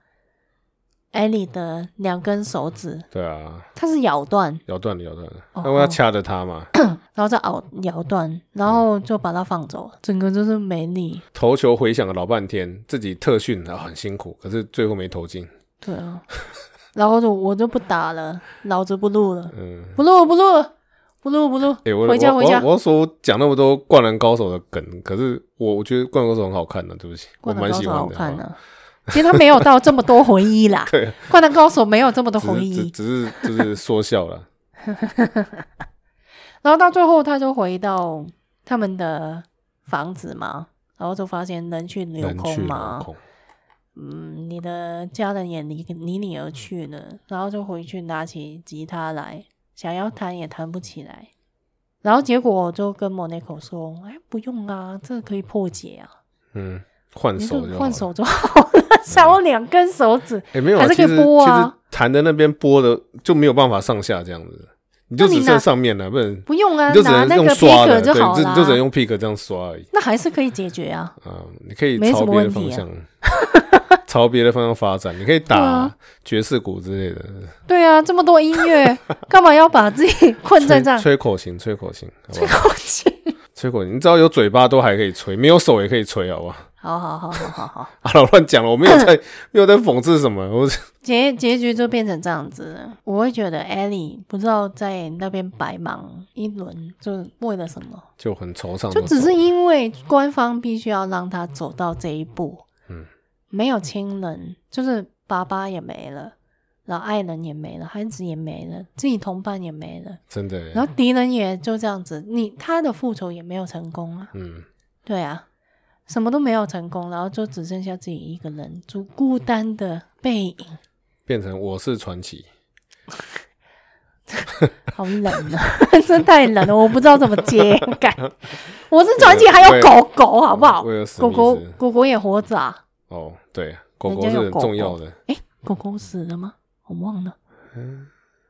Speaker 1: 艾莉的两根手指，
Speaker 2: 对啊，
Speaker 1: 他是咬断，
Speaker 2: 咬断了，咬断了，
Speaker 1: 哦
Speaker 2: 那我要掐着他嘛。
Speaker 1: 然后再咬咬断，然后就把它放走了，整个就是没力。
Speaker 2: 投球回响了老半天，自己特训啊很辛苦，可是最后没投进。
Speaker 1: 对啊，然后就我就不打了，老子不录了，
Speaker 2: 嗯，
Speaker 1: 不录不录了，不录不录，
Speaker 2: 哎、我
Speaker 1: 回家
Speaker 2: 我
Speaker 1: 回家
Speaker 2: 我我要说讲那么多灌篮高手的梗，可是我我觉得灌篮高手很好看的、对不起，我
Speaker 1: 灌
Speaker 2: 蛮
Speaker 1: 篮高
Speaker 2: 喜
Speaker 1: 手
Speaker 2: 欢的。，
Speaker 1: 好看啊呢、其实他没有到这么多回忆啦
Speaker 2: 对，
Speaker 1: 灌篮高手没有这么多
Speaker 2: 只
Speaker 1: 回
Speaker 2: 是只
Speaker 1: 忆，
Speaker 2: 只是就是说 笑了。
Speaker 1: 然后到最后他就回到他们的房子嘛，然后就发现人去楼
Speaker 2: 人去
Speaker 1: 空
Speaker 2: 楼
Speaker 1: 嘛，
Speaker 2: 空，
Speaker 1: 嗯，你的家人也离离你而去了，然后就回去拿起吉他来，想要弹也弹不起来。然后结果我就跟 Monaco 说：“哎，不用啊，这个可以破解啊，
Speaker 2: 嗯，换
Speaker 1: 你
Speaker 2: 手
Speaker 1: 就
Speaker 2: 就好
Speaker 1: 换
Speaker 2: 了。嗯
Speaker 1: 手就好了， 少两根手指。
Speaker 2: 哎、没有、啊，
Speaker 1: 还是可以
Speaker 2: 其实
Speaker 1: 播啊
Speaker 2: 其实弹的那边播的就没有办法上下这样子，你就
Speaker 1: 那你
Speaker 2: 只
Speaker 1: 拿
Speaker 2: 剩上面了，不然
Speaker 1: 不用啊，
Speaker 2: 你就只
Speaker 1: 拿
Speaker 2: 能
Speaker 1: 那
Speaker 2: 用
Speaker 1: 个
Speaker 2: 刷
Speaker 1: pick
Speaker 2: 的，
Speaker 1: 就
Speaker 2: 对，
Speaker 1: 好
Speaker 2: 你就
Speaker 1: 啦
Speaker 2: 你就只能用 pick 这样刷而已。
Speaker 1: 那还是可以解决啊。
Speaker 2: 啊，你可以
Speaker 1: 没
Speaker 2: 朝
Speaker 1: 什么
Speaker 2: 别的
Speaker 1: 问
Speaker 2: 方
Speaker 1: 题啊
Speaker 2: 向，朝别的方向 发展。你可以
Speaker 1: 对
Speaker 2: 打
Speaker 1: 啊
Speaker 2: 爵士鼓之类的，
Speaker 1: 对啊，这么多音 乐，干嘛要把自己困在这
Speaker 2: 吹
Speaker 1: 样？
Speaker 2: 吹口琴，吹口琴，好不好？
Speaker 1: 口气。
Speaker 2: 吹口琴，你只要有嘴巴都还可以吹，没有手也可以吹，好不好？
Speaker 1: 好好好好好好，
Speaker 2: 啊，我乱讲了，我没有 在没有在讽刺什么，我
Speaker 1: 结结局就变成这样子了。我会觉得 Ellie 不知道在那边白忙一轮，就为了什么？
Speaker 2: 就很惆怅地
Speaker 1: 就
Speaker 2: 走。
Speaker 1: 只是因为官方必须要让他走到这一步，
Speaker 2: 嗯，
Speaker 1: 没有亲人，就是爸爸也没了，然后爱人也没了，孩子也没了，自己同伴也没了，
Speaker 2: 真的耶，
Speaker 1: 然后敌人也就这样子，你他的复仇也没有成功啊，
Speaker 2: 嗯，
Speaker 1: 对啊，什么都没有成功，然后就只剩下自己一个人，就孤单的背影，
Speaker 2: 变成我是传奇，
Speaker 1: 好冷啊， 真太冷了，我不知道怎么接， 感我是传奇，还有狗狗，好不好
Speaker 2: 威？尔史
Speaker 1: 狗
Speaker 2: 密
Speaker 1: 狗
Speaker 2: 斯
Speaker 1: 狗狗也活着啊。
Speaker 2: 哦，对，狗
Speaker 1: 人
Speaker 2: 狗
Speaker 1: 家
Speaker 2: 是
Speaker 1: 有
Speaker 2: 很
Speaker 1: 狗
Speaker 2: 重
Speaker 1: 狗
Speaker 2: 要的，
Speaker 1: 哎，狗狗死了吗？我忘了，
Speaker 2: 嗯，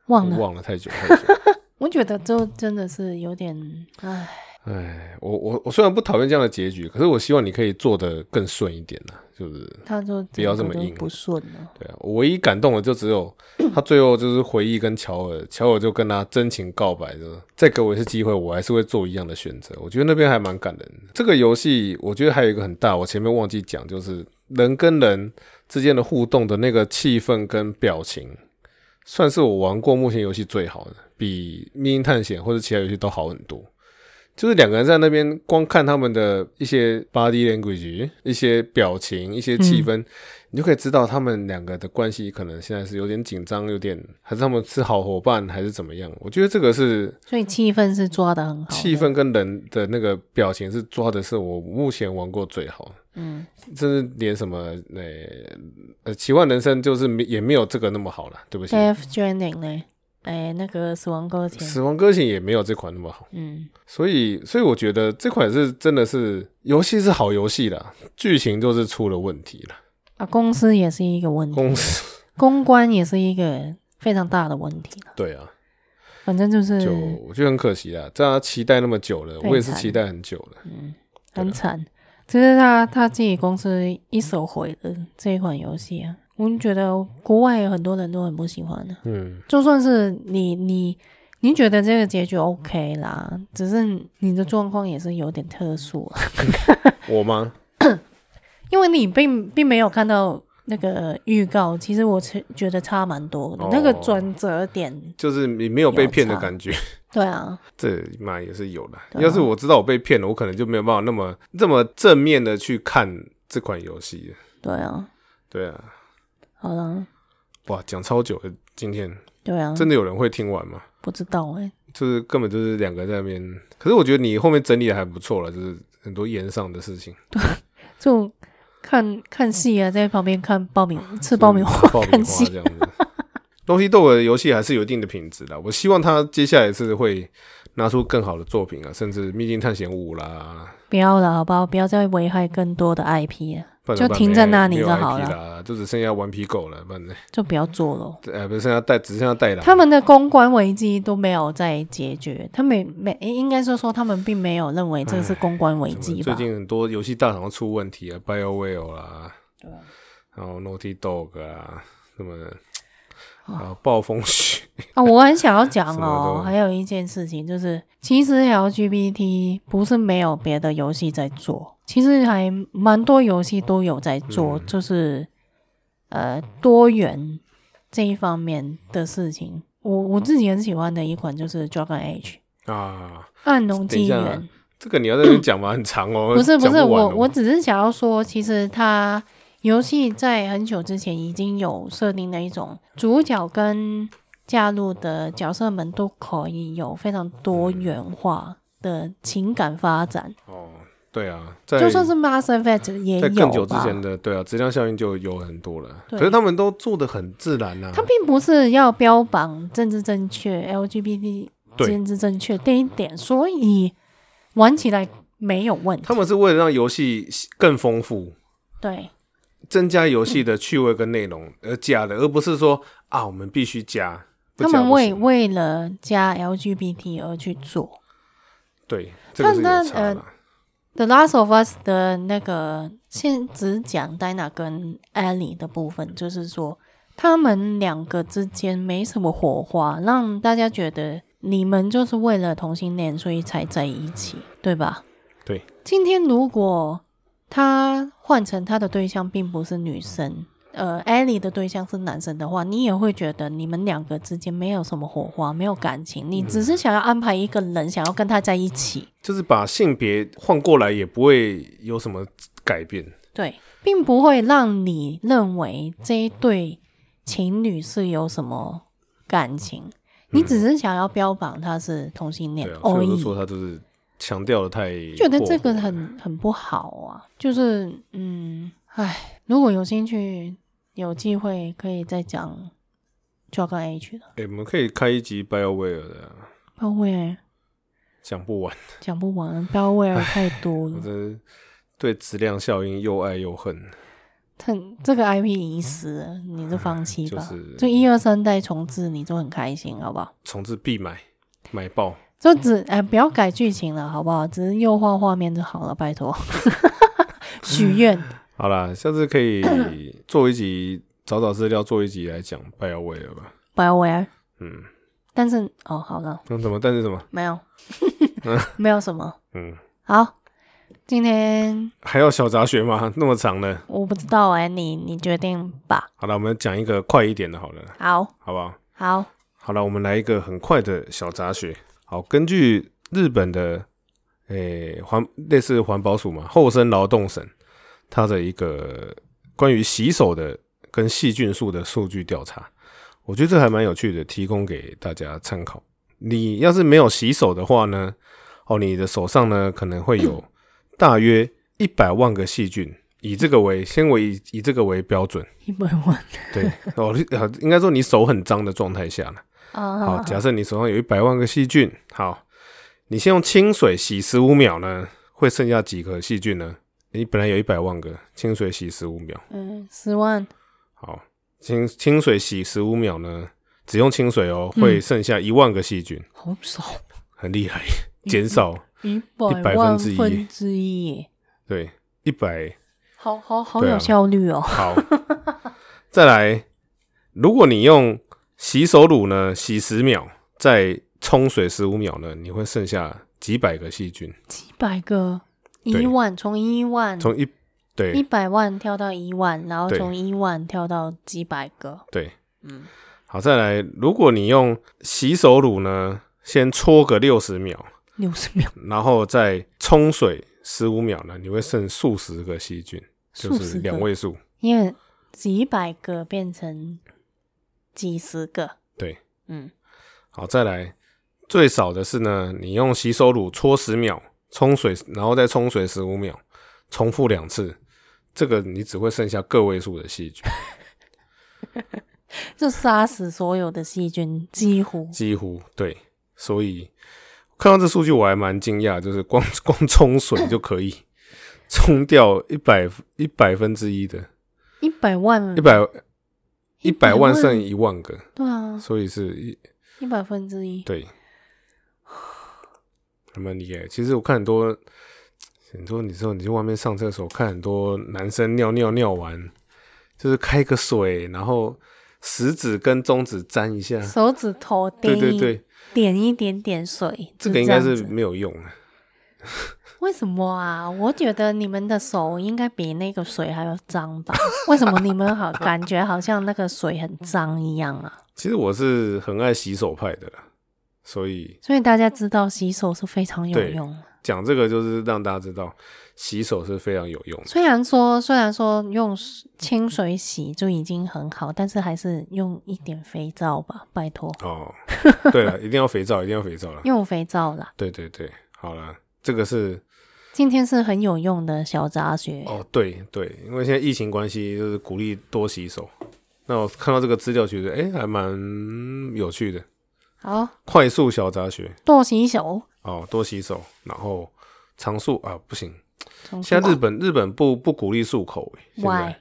Speaker 1: 忘
Speaker 2: 我
Speaker 1: 了。
Speaker 2: 忘了太久太久。
Speaker 1: 我觉得就真的是有点，唉，
Speaker 2: 哎，我我我虽然不讨厌这样的结局，可是我希望你可以做的更顺一点呐，就是
Speaker 1: 他就
Speaker 2: 不要这
Speaker 1: 整个
Speaker 2: 么
Speaker 1: 都
Speaker 2: 硬
Speaker 1: 不顺了。
Speaker 2: 对啊，我唯一感动的就只有他最后就是回忆跟乔尔，乔尔就跟他真情告白，就是再给我一次机会，我还是会做一样的选择。我觉得那边还蛮感人的。这个游戏我觉得还有一个很大，我前面忘记讲，就是人跟人之间的互动的那个气氛跟表情，算是我玩过目前游戏最好的，比《命运探险》或者其他游戏都好很多。就是两个人在那边光看他们的一些 body language、一些表情、一些气氛，你就可以知道他们两个的关系可能现在是有点紧张，有点还是他们是好伙伴，还是怎么样？我觉得这个是
Speaker 1: 所以气氛是抓的很好的，
Speaker 2: 气氛跟人的那个表情是抓的是我目前玩过最好的，
Speaker 1: 嗯，
Speaker 2: 甚至连什么呃呃奇幻人生就是没也没有这个那么好了，对不起，
Speaker 1: Death Stranding 呢？哎，那个死亡搁浅，
Speaker 2: 死亡歌行也没有这款那么好，
Speaker 1: 嗯，
Speaker 2: 所以所以我觉得这款是真的是游戏是好游戏啦，剧情就是出了问题了，
Speaker 1: 啊，公司也是一个问题，
Speaker 2: 公司
Speaker 1: 公关也是一个非常大的问题了
Speaker 2: 对啊，
Speaker 1: 反正就是
Speaker 2: 就我觉得很可惜啦，大家期待那么久了，
Speaker 1: 对
Speaker 2: 我也
Speaker 1: 嗯
Speaker 2: 是
Speaker 1: 惨
Speaker 2: 期待很久了，
Speaker 1: 很
Speaker 2: 啊
Speaker 1: 惨，这是他他自己公司一手毁的这一款游戏啊。我就觉得国外有很多人都很不喜欢的、
Speaker 2: 嗯，
Speaker 1: 就算是你你你觉得这个结局 OK 啦，只是你的状况也是有点特殊、啊，
Speaker 2: 我吗？
Speaker 1: 因为你并并没有看到那个预告，其实我是觉得差蛮多的，
Speaker 2: 哦
Speaker 1: 那个转折点，
Speaker 2: 就是你没有被
Speaker 1: 有
Speaker 2: 骗的
Speaker 1: 差
Speaker 2: 感觉。
Speaker 1: 对啊，
Speaker 2: 这嘛也是有的。
Speaker 1: 对啊
Speaker 2: 要是我知道我被骗了，我可能就没有办法那么这么正面的去看这款游戏了。
Speaker 1: 对啊，
Speaker 2: 对啊，
Speaker 1: 好了，
Speaker 2: 哇，讲超久了，今天
Speaker 1: 对啊，
Speaker 2: 真的有人会听完吗？
Speaker 1: 不知道哎、
Speaker 2: 就是根本就是两个在那边，可是我觉得你后面整理的还不错了，就是很多言上的事情，
Speaker 1: 就看看戏啊，在旁边看爆米吃爆米花，
Speaker 2: 就是爆米花
Speaker 1: 看戏
Speaker 2: 这样子。东西豆的游戏还是有一定的品质的，我希望他接下来是会拿出更好的作品啊，甚至《秘境探险五》啦，
Speaker 1: 不要了，好不好？不要再危害更多的 IP 了，
Speaker 2: 不然
Speaker 1: 就
Speaker 2: 不然
Speaker 1: 停
Speaker 2: 没
Speaker 1: 在那里
Speaker 2: 没有
Speaker 1: 就好
Speaker 2: IP 啦，就只剩下顽皮狗了，反正
Speaker 1: 就不要做了。
Speaker 2: 呃，不是剩下带，只剩下带狼。
Speaker 1: 他们的公关危机都没有在解决，他们没应该说说他们并没有认为这是公关危
Speaker 2: 怎么
Speaker 1: 机
Speaker 2: 嗯最
Speaker 1: 吧？
Speaker 2: 近很多游戏大厂都出问题啊，BioWare 啦，
Speaker 1: 啊
Speaker 2: 然后 Naughty Dog 啊，什么
Speaker 1: 哦
Speaker 2: 的，然后暴风雪，
Speaker 1: 啊，我很想要讲
Speaker 2: 什么
Speaker 1: 哦
Speaker 2: 都，
Speaker 1: 还有一件事情就是，其实 LGBT 不是没有别的游戏在做，其实还蛮多游戏都有在做，
Speaker 2: 嗯
Speaker 1: 就是呃多元这一方面的事情。我我自己很喜欢的一款就是《Dragon Age》
Speaker 2: 啊，
Speaker 1: 暗龙纪
Speaker 2: 等一下
Speaker 1: 元。
Speaker 2: 这个你要在这边讲吗？很长哦，
Speaker 1: 不是不
Speaker 2: 讲
Speaker 1: 是，
Speaker 2: 完
Speaker 1: 我
Speaker 2: 哦
Speaker 1: 我只是想要说，其实它游戏在很久之前已经有设定的一种主角跟加入的角色们都可以有非常多
Speaker 2: 嗯
Speaker 1: 元化的情感发展，
Speaker 2: 哦，对啊，在
Speaker 1: 就算是 Mass Effect 也
Speaker 2: 在更久
Speaker 1: 有
Speaker 2: 之
Speaker 1: 吧。
Speaker 2: 前的，对啊，质量效应就有很多了，
Speaker 1: 对
Speaker 2: 可是他们都做的很自然啊呐、
Speaker 1: 它并不是要标榜政治正确、LGBT
Speaker 2: 对
Speaker 1: 政治正确这一点，所以玩起来没有问题。
Speaker 2: 他们是为了让游戏更丰富，
Speaker 1: 对
Speaker 2: 增加游戏的趣味跟内容而加的，而不是说啊，我们必须加。不
Speaker 1: 他
Speaker 2: 加
Speaker 1: 们
Speaker 2: 不
Speaker 1: 为
Speaker 2: 行
Speaker 1: 为了加 LGBT 而去做，
Speaker 2: 对这个是有
Speaker 1: 但
Speaker 2: 差
Speaker 1: 呃
Speaker 2: 的。
Speaker 1: The Last of Us 的那个，先只讲 Dina 跟 Ellie 的部分，就是说他们两个之间没什么火花，让大家觉得你们就是为了同性恋所以才在一起，对吧？
Speaker 2: 对。
Speaker 1: 今天如果他换成他的对象并不是女生，呃，Ellie 的对象是男生的话，你也会觉得你们两个之间没有什么火花，没有感情，
Speaker 2: 嗯
Speaker 1: 你只是想要安排一个人想要跟他在一起。
Speaker 2: 就是把性别换过来也不会有什么改变。
Speaker 1: 对，并不会让你认为这一对情侣是有什么感情，你只是想要标榜他是同性恋
Speaker 2: 嗯对啊，所
Speaker 1: 而
Speaker 2: 以我就
Speaker 1: 已。
Speaker 2: 说他就是强调的太
Speaker 1: 觉得这
Speaker 2: 过
Speaker 1: 个
Speaker 2: 火了
Speaker 1: 很很不好啊，就是嗯，唉，如果有兴趣，有机会可以再讲 Dragon Age 的，
Speaker 2: 诶我们可以开一集 BioWare 的啊，
Speaker 1: 鲍威尔
Speaker 2: 讲不完。
Speaker 1: 讲不完，鲍威尔太多
Speaker 2: 我
Speaker 1: 了，
Speaker 2: 真是对质量效应又爱又恨。
Speaker 1: 他这个 IP 已死了，你就放弃
Speaker 2: 就
Speaker 1: 吧，
Speaker 2: 是
Speaker 1: 就一二三代重置，你就很开心，好不好？
Speaker 2: 重置必买，买爆。
Speaker 1: 就只哎、不要改剧情了，好不好？只是优化画面就好了，拜托。 许愿，
Speaker 2: 好啦，下次可以 做一集，找找资料做一集来讲 BioWare 吧。
Speaker 1: 不要 w
Speaker 2: 嗯，
Speaker 1: 但是哦，好了，
Speaker 2: 那怎么？但是什么？
Speaker 1: 没有，没有什么。
Speaker 2: 嗯，
Speaker 1: 好，今天
Speaker 2: 还要小杂学吗？ 那么长呢？
Speaker 1: 我不知道哎、你你决定吧。
Speaker 2: 好了，我们讲一个快一点的，好了，
Speaker 1: 好，
Speaker 2: 好不好？
Speaker 1: 好，
Speaker 2: 好了，我们来一个很快的小杂学。好，根据日本的诶、环类似环保署嘛，厚生劳动省它的一个关于洗手的跟细菌数的数据调查，我觉得这还蛮有趣的，提供给大家参考。你要是没有洗手的话呢，哦，你的手上呢可能会有大约一百万个细菌，以这个为先为以以这个为标准，
Speaker 1: 一百万
Speaker 2: 对，哦，呃应该说你手很脏的状态下呢，好，
Speaker 1: 啊，
Speaker 2: 假设你手上有一百万个细菌，好，你先用清水洗十五秒呢，会剩下几个细菌呢？你本来有一百万个，清水洗十五秒，
Speaker 1: 嗯，十万，
Speaker 2: 好，清清水洗十五秒呢，只用清水哦，会剩下一万个细菌，
Speaker 1: 好少，
Speaker 2: 很厉害，减少
Speaker 1: 一
Speaker 2: 100
Speaker 1: 百
Speaker 2: 分
Speaker 1: 万
Speaker 2: 之一
Speaker 1: 分之一耶，
Speaker 2: 对一百
Speaker 1: 好好好
Speaker 2: 对啊
Speaker 1: 有效率哦。
Speaker 2: 好， 再来，如果你用洗手乳呢，洗十秒，再冲水十五秒呢，你会剩下几百个细菌，
Speaker 1: 几百个，
Speaker 2: 对
Speaker 1: 一万从一万
Speaker 2: 从一
Speaker 1: 一
Speaker 2: 对
Speaker 1: 百万跳到一万，然后
Speaker 2: 对
Speaker 1: 从一万跳到几百个，
Speaker 2: 对，
Speaker 1: 嗯，
Speaker 2: 好，再来，如果你用洗手乳呢，先搓个六十秒，
Speaker 1: 六十秒，
Speaker 2: 然后再冲水十五秒呢，你会剩数十个细菌，就
Speaker 1: 数
Speaker 2: 是
Speaker 1: 十
Speaker 2: 两
Speaker 1: 个，
Speaker 2: 位数，
Speaker 1: 因为几百个变成几十个，
Speaker 2: 对，
Speaker 1: 嗯，
Speaker 2: 好，再来，最少的是呢，你用洗手乳搓十秒，冲水，然后再冲水十五秒，重复两次，这个你只会剩下个位数的细菌，
Speaker 1: 就杀死所有的细菌，几乎
Speaker 2: 几乎对。所以看到这数据我还蛮惊讶，就是光光冲水就可以 冲掉一百一百分之一的，
Speaker 1: 一百万
Speaker 2: 一，百一
Speaker 1: 100
Speaker 2: 百万剩一万个，
Speaker 1: 对啊，
Speaker 2: 所以是一
Speaker 1: 一百分之一，
Speaker 2: 对，还蛮厉害。其实我看很多，很多你说你去外面上厕所，看很多男生尿尿尿完，就是开个水，然后食指跟中指沾一下，
Speaker 1: 手指头
Speaker 2: 对
Speaker 1: 点
Speaker 2: 对
Speaker 1: 一
Speaker 2: 对，
Speaker 1: 点一点点水，
Speaker 2: 这
Speaker 1: 就
Speaker 2: 个应该
Speaker 1: 样
Speaker 2: 是
Speaker 1: 子
Speaker 2: 没有用啊的。
Speaker 1: 为什么啊？我觉得你们的手应该比那个水还要脏吧？为什么你们 好感觉好像那个水很脏一样啊？
Speaker 2: 其实我是很爱洗手派的啦，所以
Speaker 1: 所以大家知道洗手是非常有
Speaker 2: 对
Speaker 1: 用的。
Speaker 2: 讲这个就是让大家知道洗手是非常有用的。
Speaker 1: 虽然说虽然说用水清水洗就已经很好，但是还是用一点肥皂吧，拜托，
Speaker 2: 哦，对了，一定要肥皂，一定要肥皂了。
Speaker 1: 用肥皂啦。
Speaker 2: 对对对，好了，这个是
Speaker 1: 今天是很有用的小杂学，
Speaker 2: 哦，对对，因为现在疫情关系，就是鼓励多洗手。那我看到这个资料，觉得哎、诶还蛮有趣的。
Speaker 1: 好
Speaker 2: 快速小杂学
Speaker 1: 多洗手。
Speaker 2: 哦，多洗手，然后常漱啊，不行，
Speaker 1: 重
Speaker 2: 现在日
Speaker 1: 复
Speaker 2: 本日本不不鼓励漱口、诶
Speaker 1: 嗯
Speaker 2: 现
Speaker 1: Why？
Speaker 2: 在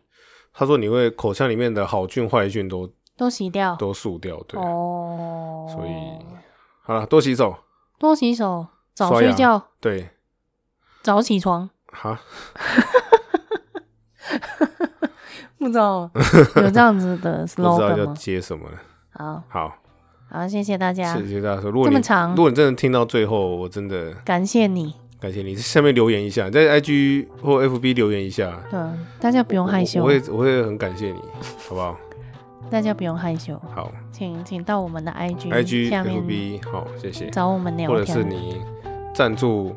Speaker 2: 他说你会口腔里面的好菌坏菌都
Speaker 1: 都洗掉
Speaker 2: 都漱掉，对，
Speaker 1: 哦，
Speaker 2: 所以好了，多洗手，
Speaker 1: 多洗手，早
Speaker 2: 刷
Speaker 1: 睡
Speaker 2: 牙
Speaker 1: 觉，
Speaker 2: 对，
Speaker 1: 早起床。
Speaker 2: 哈，
Speaker 1: 不知 道有这样子的
Speaker 2: 不知道
Speaker 1: slogan
Speaker 2: 要
Speaker 1: 吗？
Speaker 2: 接什么了。
Speaker 1: 好
Speaker 2: 好，
Speaker 1: 好，谢谢大家
Speaker 2: 谢，谢大家收。如果
Speaker 1: 啊这
Speaker 2: 你
Speaker 1: 么长
Speaker 2: 如果你真的听到最后，我真的
Speaker 1: 感谢你。
Speaker 2: 感谢你，下面留言一下，在 IG 或 FB 留言一下，
Speaker 1: 对啊，大家不用害羞
Speaker 2: 我我，会我会很感谢你，好不好？
Speaker 1: 大家不用害羞，
Speaker 2: 好
Speaker 1: 请请到我们的 IG
Speaker 2: ，IG
Speaker 1: 嗯下面
Speaker 2: FB 好，谢谢。
Speaker 1: 找我们聊
Speaker 2: 或者
Speaker 1: 天
Speaker 2: 是。你赞助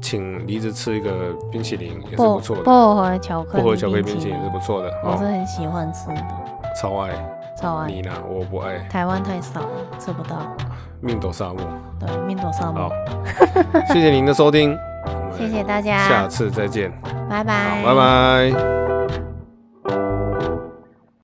Speaker 2: 请梨子吃一个冰淇淋也是
Speaker 1: 薄
Speaker 2: 不错的，
Speaker 1: 薄荷巧克
Speaker 2: 薄荷巧克力
Speaker 1: 力
Speaker 2: 冰淇淋也是不错的，
Speaker 1: 我是
Speaker 2: 哦，
Speaker 1: 很喜欢吃的，
Speaker 2: 超爱
Speaker 1: 超
Speaker 2: 你
Speaker 1: 爱。
Speaker 2: 呢，我不爱，
Speaker 1: 台湾太少了，吃不到。
Speaker 2: 命都沙漠。
Speaker 1: 对，面朵沙
Speaker 2: 好
Speaker 1: 漠。，
Speaker 2: 谢谢您的收听，我
Speaker 1: 谢
Speaker 2: 们
Speaker 1: 谢大
Speaker 2: 下
Speaker 1: 家，
Speaker 2: 次再见，
Speaker 1: 拜
Speaker 2: 好，
Speaker 1: 拜，
Speaker 2: 拜。拜。